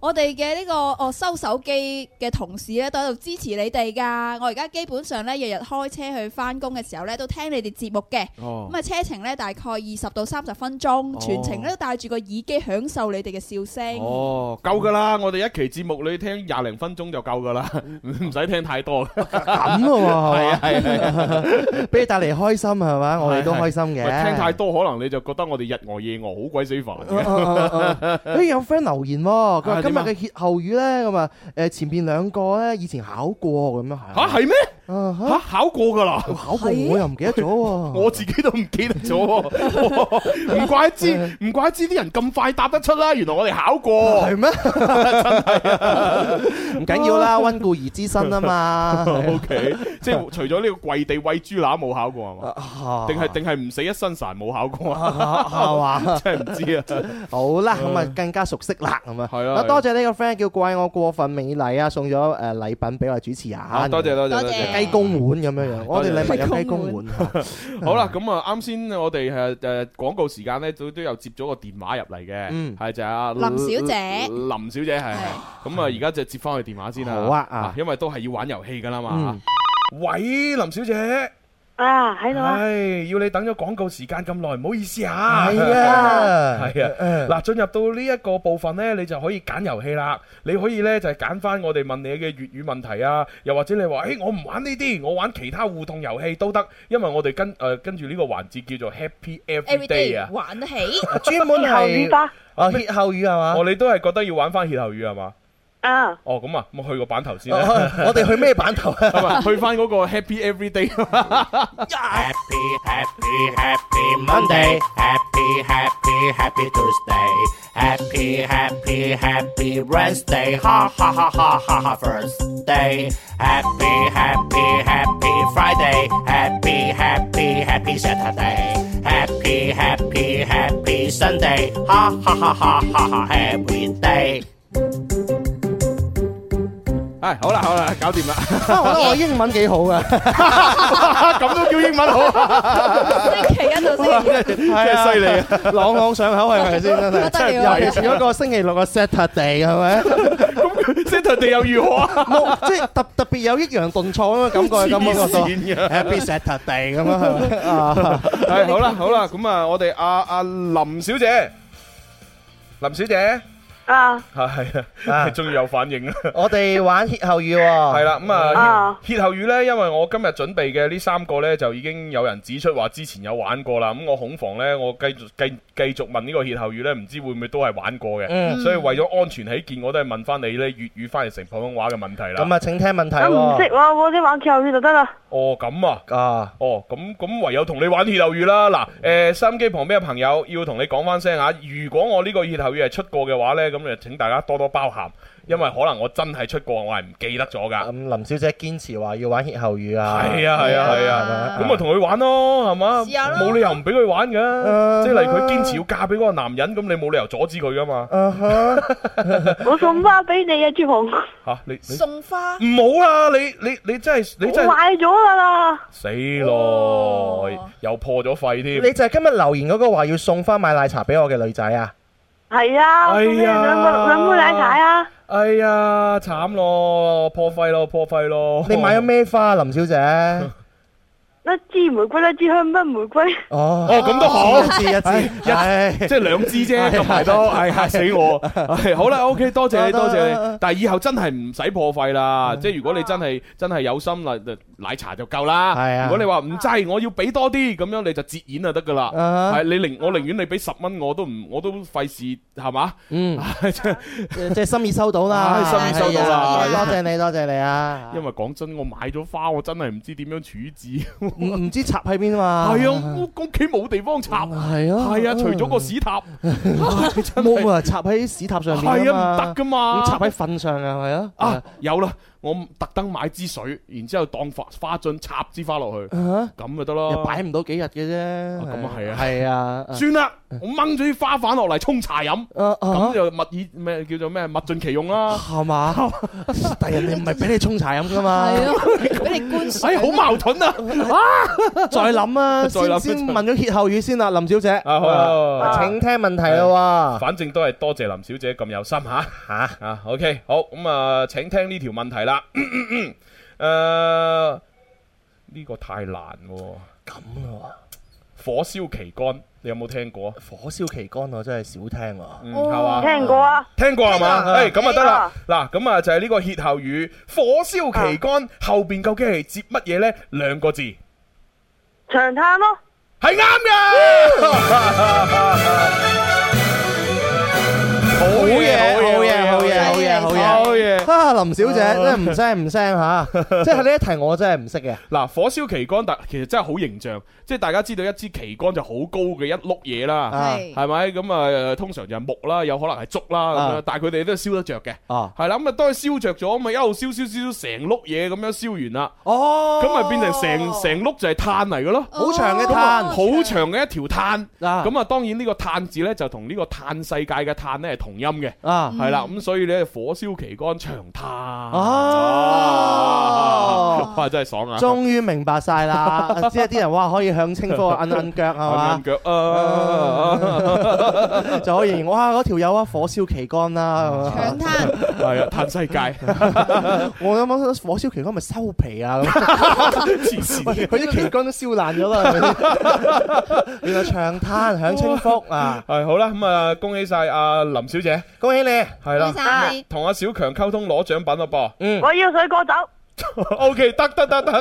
E: 我哋嘅呢個哦收手機嘅同事咧，都喺度支持你哋㗎。我而家基本上咧，日日開車去翻工嘅時候咧，都聽你哋節目嘅。
C: 哦
E: 咁啊，車程咧大概二十到三十分
D: 哦
E: 鐘，全程咧都戴住個耳機享受你哋嘅笑聲。
C: 哦，夠噶啦！我哋一期節目你聽廿零分鐘就夠噶啦，唔使聽太 多。
D: 咁咯
C: 嗯係
D: 喎，
C: 啊係啊係啊
D: 俾你帶嚟開心係嘛？我哋都開心嘅。
C: 聽太多可能你就覺得我哋日餓夜餓好鬼死煩
D: 哦哦哦 哦
C: 嘅。
D: 誒有 friend 留言喎，佢
C: 啊
D: 話今日
C: 點啊
D: 嘅歇後語咧，咁啊誒前邊兩個咧以前考過咁樣係。
C: 吓係咩？吓
D: 嚇
C: 考過噶啦，
D: 考過我又唔記得咗喎。
C: 我自己都唔記得咗 喎，唔怪之唔怪之啲人咁快答得出啦。原來我哋考過，
D: 係咩？
C: 真係啊，
D: 唔緊要 啦，温故而知新啊嘛。
C: O K，即係除咗呢個跪地喂豬乸冇考過係嘛？定係定係唔死一身潺冇考過啊？
D: 係嘛
C: 真係唔知啊！
D: 好啦，咁啊更加熟悉啦，咁啊，
C: 係啊
D: 啊
C: 係啊
D: 多謝呢個 friend 叫怪我過分美麗啊，送咗誒禮品俾我哋主持人，
C: 啊多謝多謝多謝
D: 雞公碗咁樣樣，我哋禮物有雞公碗，
C: 好啦，咁啊，啱先我哋誒誒廣告時間咧，都都有接咗個電話入嚟嘅，
D: 嗯
C: 係就係阿
E: 林小姐
C: 林小姐係，咁啊，而家就接翻佢電話先啦。
D: 好啊啊嗯
C: 因為都係要玩遊戲噶啦嘛。喂，林小姐，
K: 啊，喺度啊，
C: 唉，要你等咗廣告時間咁耐，唔好意思啊。
K: 係啊
C: 係啊。
D: 誒
C: 嗱，進入到呢一個部分呢，你就可以揀遊戲啦。你可以呢，就係揀翻我哋問你嘅粵語問題啊，又或者你話，誒，我唔玩呢啲，我玩其他互動遊戲都得，因為我哋跟誒跟住呢個環節叫做 Happy Every Day 啊
H: everyday。玩得起，
D: 專門
C: 哎
D: 係啊歇後語係嘛？
C: 哦，你都係覺得要玩翻歇後語係嘛？
K: 啊，
C: 哦，咁啊，咁去個版頭先啦。
D: 我我哋去咩版頭
C: 係咪
D: 啊？
C: 去翻嗰個 Happy Every Day。
N: Happy, happy, happy Monday. Happy, happy, happy Tuesday. Happy, happy, happy Wednesday. Ha ha ha ha ha ha Thursday. Happy, happy, happy Friday. Happy, happy, happy Saturday. Happy, happy, happy Sunday. Ha ha ha ha ha ha every day.
C: 唉，好啦好啦，搞 掂啦。
D: 我覺得我英文幾好噶，
C: 咁都叫英文好。
H: 星期一 到星期
C: 真係犀利啊！
D: 朗朗上口係咪先？真
H: 不得了
D: 係，
H: 啊
D: 尤其是嗰個星期六個 Saturday 係咪？
C: Saturday 又如何啊？
D: 冇，即係特特別有抑揚頓挫咁嘅感覺，咁樣嗰
C: 黐線
D: 個
C: 嘅
D: Happy Saturday 咁樣係咪啊？
C: 係好啦好啦，咁啊，我哋阿阿林小姐，林小姐。
K: 啊，
C: 係啊， 終於有反應啦。
D: 我哋玩歇後語喎，
C: 係啦，咁啊
D: 啊，
C: 歇歇後語呢，因為我今日準備嘅呢三個呢，就已經有人指出話之前有玩過啦。咁我恐防呢，我繼續繼繼續問呢個歇後語呢，唔知會唔會都係玩過嘅。
D: 嗯
C: 所以為咗安全起見，我都係問翻你呢粵語翻譯成普通話嘅問題啦。
D: 咁啊，請聽問題
K: 我唔識
D: 喎。
K: 喎，我啲玩歇後語就得啦。
C: 哦，咁啊，
D: 啊，
C: 哦，咁咁唯有同你玩歇後語啦。嗱，誒、
D: 嗯
C: 收音機旁邊嘅朋友要同你講翻聲啊，如果我呢個歇後語係出過嘅話呢，咁就請大家多多包涵，因為可能我真係出過，我係唔記得咗㗎。
D: 咁林小姐堅持話要玩歇後語啊，
C: 係啊係啊係啊，咁咪同佢玩咯，係嘛？
D: 試下咯
C: 冇理由唔俾佢玩嘅，即係例如佢堅持要嫁俾嗰個男人，咁你冇理由阻止佢噶嘛？
K: 我送花俾你啊，朱紅，
C: 吓你你
H: 花
C: 唔好啦，你你你真係
K: 我
C: 你真係
K: 買咗噶啦。
C: 死咯，又破咗肺
D: 你
C: 添。
D: 就係今日留言嗰個話要送花買奶茶俾我嘅女仔啊！
K: 係啊，
C: 哎呀
K: 送俾你兩個兩杯奶茶啊！
C: 哎呀，慘咯，破肺咯，破肺咯！
D: 你買咗咩花，林小姐？
K: 一支玫瑰，一支香檳玫瑰。
D: 哦，
C: 哦，咁都好，
D: 一支一
C: 唉
D: 支，唉
C: 即係兩支啫，
D: 係
C: 咁埋都，唉嚇死 我！唉好啦，OK，多謝你，
D: 得
C: 多謝
D: 得
C: 你。但係以後真係唔使破費
D: 嗯
C: 啦，即係如果你真係真係有心啦，就奶茶就夠啦。
D: 係啊
C: 如果你話唔制，我要俾多啲，咁樣你就折現就得㗎啦。
D: 啊
C: 係你寧我寧願你俾十蚊，我都唔我都費事係嘛？
D: 嗯，
C: 即係
D: 即係心意收到啦，
C: 唉心意收到啦
D: 係啊多謝你，多謝你啊！
C: 因為講真，我買咗花，我真係唔知點樣處置。
D: 唔唔知插喺邊啊嘛？
C: 係啊，屋屋企冇地方插。
D: 係啊，
C: 係啊，除咗個屎塔。
D: 冇啊，插喺屎塔上面
C: 係啊唔得㗎嘛
D: 咁插喺糞上啊，係啊，
C: 啊，有啦！我特登買支水，然之後當花花樽插支花落去，
D: 啊
C: 咁咪得咯。
D: 又擺唔到幾日嘅啫，
C: 咁啊係啊
D: 係啊，
C: 算啦，我掹咗啲花瓣落嚟沖茶飲，
D: 啊啊
C: 咁就物以咩叫做咩物盡其用啦。
D: 係 嘛？但係人哋唔係俾你沖茶飲㗎嘛？
C: 啊
H: 係咯，俾你灌水，
C: 哎，好矛盾啊！
D: 再諗啊，
C: 再諗
D: 先先問咗歇後語先啦，林小姐。
C: 啊好啊
D: 啊請聽問題啦
C: 反正都係多謝林小姐咁有心吓吓啊。OK，好咁啊，請聽呢條問題啦。 誒，呢個太難喎。
D: 咁啊，
C: 火燒旗杆，你有冇聽過？
D: 火燒旗杆我真係少聽喎。
C: 嗯，係嘛？
K: 聽過啊，
C: 聽過係嘛？
D: 聽過
C: 誒咁啊得啊啦，嗱咁啊就係呢個歇後語，火燒旗杆後邊究竟係接乜嘢呢？兩個字
K: 長嘆咯。
C: 係啱嘅。 好
D: 好嘢，
C: 嘢，
D: 好嘢，好嘢，好嘢，好嘢，
C: 好嘢！
D: 啊，林小姐真係唔聲唔聲 嚇，即係呢一題我真係唔識嘅。
C: 嗱，火燒旗杆，但其實真係好形象，即係大家知道一支旗杆就好高嘅一碌嘢啦，
D: 係
C: 係咪？咁啊，誒通常就係木啦，有可能係竹啦咁樣
D: 啊，
C: 但係佢哋都係燒得着嘅，
D: 啊
C: 係啦。咁啊，當佢燒着咗，咪一路燒燒燒燒成碌嘢咁樣燒完啦，
D: 哦哦
C: 咁咪變成成成碌就係炭嚟嘅咯，
D: 好長嘅
C: 咁啊
D: 炭
C: 好長嘅一條炭。
D: 啊
C: 咁啊，當然呢個炭字咧就同呢個炭世界嘅炭咧係同音嘅，
D: 啊
C: 係啦。咁所以咧，火燒旗杆長炭哦， 哇，真係爽啊！
D: 終於明白晒 啦！即係啲人哇，可以向清科摁摁腳係嘛？
C: 摁腳
D: 嗯
C: 啊，
D: 就可以哇！嗰條友啊，火燒旗杆啦， 搶
E: 灘
C: 係啊，嘆世界。
D: 我諗諗火燒旗杆咪收皮啊！
C: 黐線，
D: 佢啲旗杆都燒爛咗啦。原來長灘享清福啊！
C: 係好啦，咁啊，恭喜晒阿林小姐，
D: 恭喜你，
C: 係啦
D: 恭喜晒，
C: 同同阿小強溝通攞獎品咯噃，嗯
K: 我要水果酒，
C: O K，得得得得，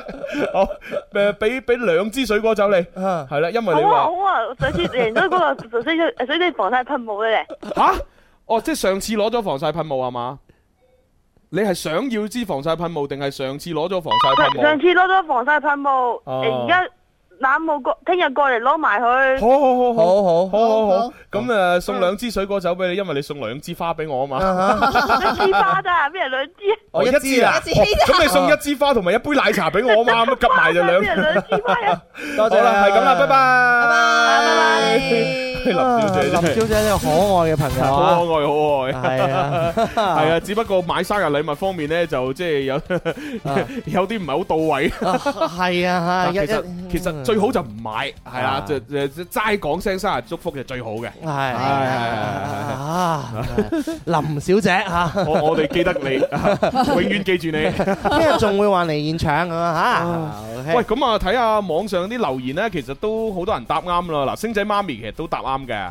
C: 好，誒，俾俾兩支水果酒你，係啦，因為你
K: 好啊
C: 話
K: 好啊！上次贏咗 嗰個水水水水防曬噴霧嘅咧，
C: 吓，哦，即係上次攞咗防曬噴霧係嘛？你係想要支防曬噴霧定係上次攞咗防曬噴
K: 上
C: 霧？
K: 次攞咗防曬噴霧，
C: 哦
K: 誒而家攬冇過，聽日過嚟攞埋佢。
C: 好好好好
D: 好
C: 好好好，咁誒送兩支水果酒俾你，因為你送兩支花俾我啊嘛。
K: 一支花咋？ 咩兩支？
C: 哦，一支啊，哦咁你送一支花同埋一杯奶茶俾我啊嘛，咁夾埋 就兩。
K: 啊
D: 多謝
C: 好啦，
D: 啦
C: 係咁啦，拜拜。 林小姐真
D: 林
C: 係，
D: 小姐呢個可愛嘅朋友啊
C: 好可愛，好可愛。
D: 係啊
C: 係啊，只不過買生日禮物方面咧，就即係有 有啲唔係好到位。
D: 係啊，
C: 啊
D: 一
C: 其實
D: 一
C: 其實最好就唔買，係啦
D: 啊，
C: 就就就齋講聲生日祝福就最好嘅。
D: 係
C: 係係係。
D: 啊，林小姐 嚇，
C: 我我哋記得你， 永遠記住你。
D: 聽日仲會話嚟現場啊嚇。
C: 喂，咁啊，睇下網上啲留言咧，其實都好多人答啱啦。嗱，星仔媽咪其實都答啱嘅。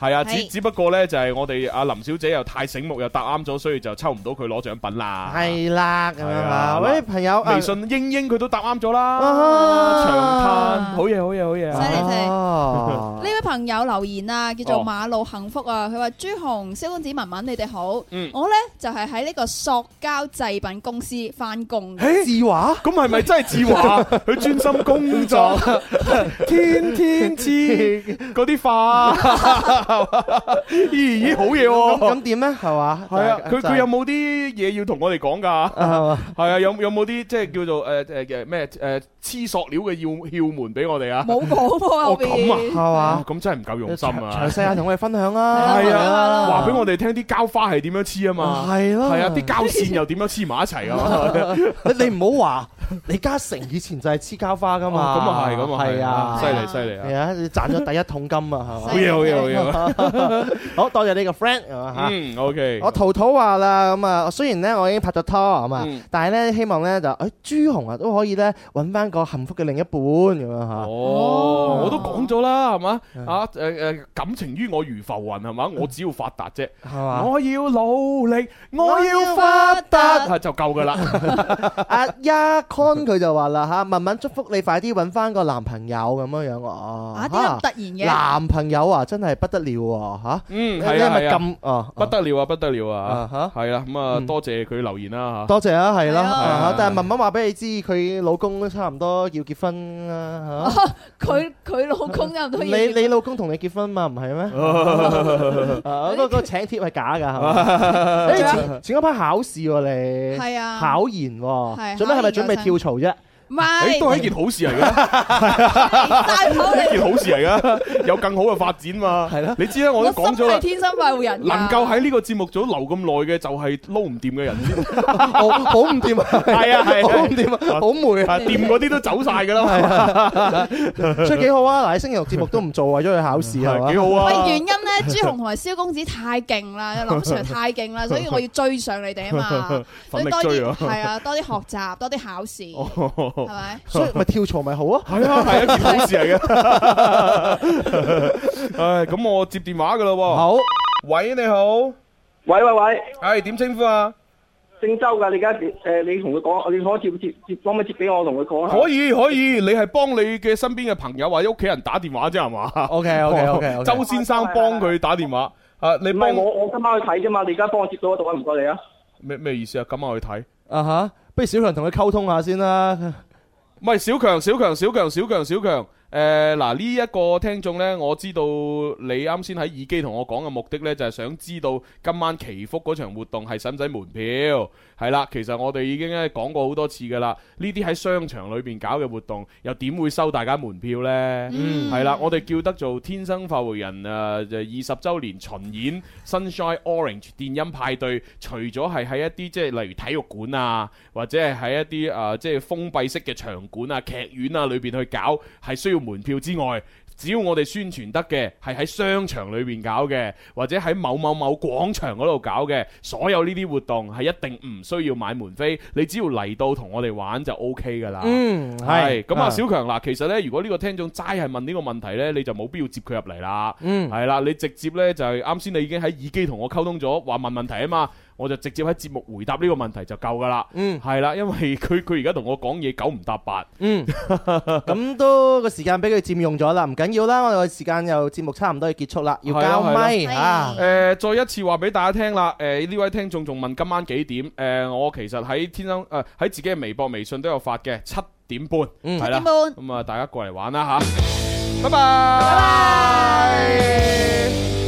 C: 係啊，只
D: 係
C: 只不過咧就係我哋阿林小姐又太醒目，又答啱咗，所以就抽唔到佢攞獎品啦。
D: 係啦，咁樣啊，喂，朋友，啊
C: 微信英英佢都答啱咗啦，
D: 啊
C: 長嘆，好嘢好嘢好啊嘢，
E: 犀利犀利
D: 哦
E: 呢位朋友留言啊，叫
C: 啊哦
E: 做馬路幸福啊，佢話朱紅、蕭公子、文文，你哋好，
C: 嗯
E: 我呢就係喺呢個塑膠製品公司翻 工嘅。
D: 志華，
C: 咁係咪真係志華？ 佢專心工作， 天天知 嗰啲化，咦咦好嘢
D: 咁
C: 喎！
D: 咁點咧？係嘛？
C: 係啊，佢
D: 就係
C: 佢有冇啲嘢要同我哋講㗎？係啊，有有冇啲即係叫做誒誒嘅咩誒黐塑料嘅竅竅門俾我哋啊？
E: 冇講喎後
C: 哦
E: 邊
C: 咁啊，
D: 係嘛？
C: 咁真係唔夠用心啊！
D: 詳細下同我哋分享啊！
C: 係啊，話俾我哋聽啲膠花係點樣黐啊嘛，
D: 係咯
C: 係啊，啲膠線又點樣黐埋一齊 啊嘛。
D: 你你唔好話李嘉誠以前就係黐膠花噶嘛，
C: 哦咁啊係咁啊係
D: 係啊，
C: 犀利犀利啊
D: 係啊，你賺咗第一桶金啊，係 嘛？
C: 好嘢好嘢好嘢，
D: 好多謝呢個 friend 係嘛嚇。
C: 嗯，OK，
D: 我淘淘話啦，咁啊，雖然咧我已經拍咗拖咁
C: 嗯
D: 啊，但係咧希望咧就誒朱紅啊都可以咧揾翻個幸福嘅另一半咁樣
C: 啊
D: 嚇。
C: 哦，我都講咗啦，係嘛啊誒誒，感情於我如浮雲係嘛，我只要發達啫，
D: 係嘛
C: 我要努力，我要發達啊係就夠㗎啦。
D: 阿 Yacon 佢就話啦嚇，文文祝福你快啲揾翻個男朋友咁樣樣喎。啊
E: 啊點解突然嘅
D: 男朋友啊，真係不得了喎嚇。
C: 嗯，
D: 你
C: 係
D: 係
C: 啊，
D: 咪
C: 係啊
D: 咁哦
C: 不得了啊，不得了啊
D: 啊，
C: 係啦，咁啊，多謝佢留言啦嚇。
D: 多謝啊，係咯，
C: 係啊
D: 啊但係文文話俾你知，佢老公都差唔多要結婚啦 嚇。
E: 佢佢老公差唔多要
D: 你你老公同你結婚嘛，唔 係咩？啊嗰個嗰個請帖係假㗎，係 嘛？誒前前嗰排考試喎你，
E: 啊係啊
D: 考研喎，
E: 係啊
D: 最尾係咪
E: 考
D: 準
E: 研
D: 備
E: 有
D: 跳槽啫？
E: 唔係
C: 誒哎都係一件好事嚟 嘅，一件好事嚟噶，有更好嘅發展嘛。係啦，你知啦， 我都講咗
E: 係
C: 啦。
E: 天生快活人㗎，
C: 能夠喺呢個節目組留咁耐嘅，就係撈唔掂嘅人先。
D: 好好唔掂啊！
C: 係啊係啊
D: 好唔掂啊！好霉
C: 啊
D: 啊！
C: 掂嗰啲都走晒㗎啦嘛
D: 係啊， 所以幾好啊！嗱，星期六節目都唔做，為咗去考試係嘛？
C: 幾好啊
E: 喂，原因咧，朱紅同埋蕭公子太勁 啦，林 Sir 太勁啦，所以我要追上你哋啊嘛， 所以
D: 奮力
E: 多
D: 追
E: 啲
D: 啊
E: 係啊，多啲學習，多啲考 試，
C: 哦
E: 係咪？
D: 所以咪跳槽咪好啊！
C: 係啊，係一件好事嚟嘅。 唉，咁我接電話㗎啦喎。
D: 好，
C: 喂，你好。
H: 喂喂喂，
C: 係點稱呼啊？
H: 姓周㗎，你而家誒你同佢講，你可接接接可唔可以接俾我同佢講啊？
C: 可以可以，你係幫你嘅身邊嘅朋友或者屋企人打電話啫係嘛
H: 哦 OK，OK，OK，OK
D: 哦
C: 周先生幫佢打電話。啊，你
H: 唔係
C: 幫
H: 我我今晚去睇啫嘛，你而家幫我接到嗰度啊，唔該你啊。
C: 咩咩意思啊？今晚去睇。
D: 啊吓，不如小強同佢溝通下先啦。
C: 唔係小強，小強，小強，小強，小強。誒、誒嗱呢一個聽眾呢，我知道你啱先喺耳機同我講嘅目的呢，就係想知道今晚祈福嗰場活動係使唔使門票？係啦，其實我哋已經咧講過好多次㗎啦。呢啲喺商場裏邊搞嘅活動，又點會收大家門票呢？
O: 嗯
C: 係啦，我哋叫得做天生發回人誒，呃就二十週年巡演 Sunshine Orange 電音派對，除咗係喺一啲即係例如體育館啊，或者係喺一啲誒、呃即係封閉式嘅場館啊、劇院啊裏邊去搞，係需要門票之外。只要我哋宣傳得嘅，係喺商場裏邊搞嘅，或者喺某某某廣場嗰度搞嘅，所有呢啲活動係一定唔需要買門飛，你只要嚟到同我哋玩就 O K 噶啦。
K: 嗯
C: 啊係
K: 係
C: 咁啊，
K: 啊
C: 小強嗱，其實呢，如果呢個聽眾齋係問呢個問題呢，你就冇必要接佢入嚟啦。
K: 嗯
C: 係啦，你直接呢，就係啱先，你已經喺耳機同我溝通咗，話問問題啊嘛。我就直接喺節目回答呢個問題就夠噶啦，
K: 嗯，
C: 係啦，因為佢佢而家同我講嘢九唔搭八，
K: 嗯，咁都個時間俾佢佔用咗啦，唔緊要啦，我哋個時間又節目差唔多要結束啦，要交咪啊！
C: 誒，再一次話俾大家聽啦，誒呢位聽眾仲問今晚幾點？誒，我其實喺天生誒喺自己嘅微博、微信都有發嘅，七點半，
K: 嗯
C: 係啦，
E: 七點半
C: 咁啊，大家過嚟玩啦吓，拜拜。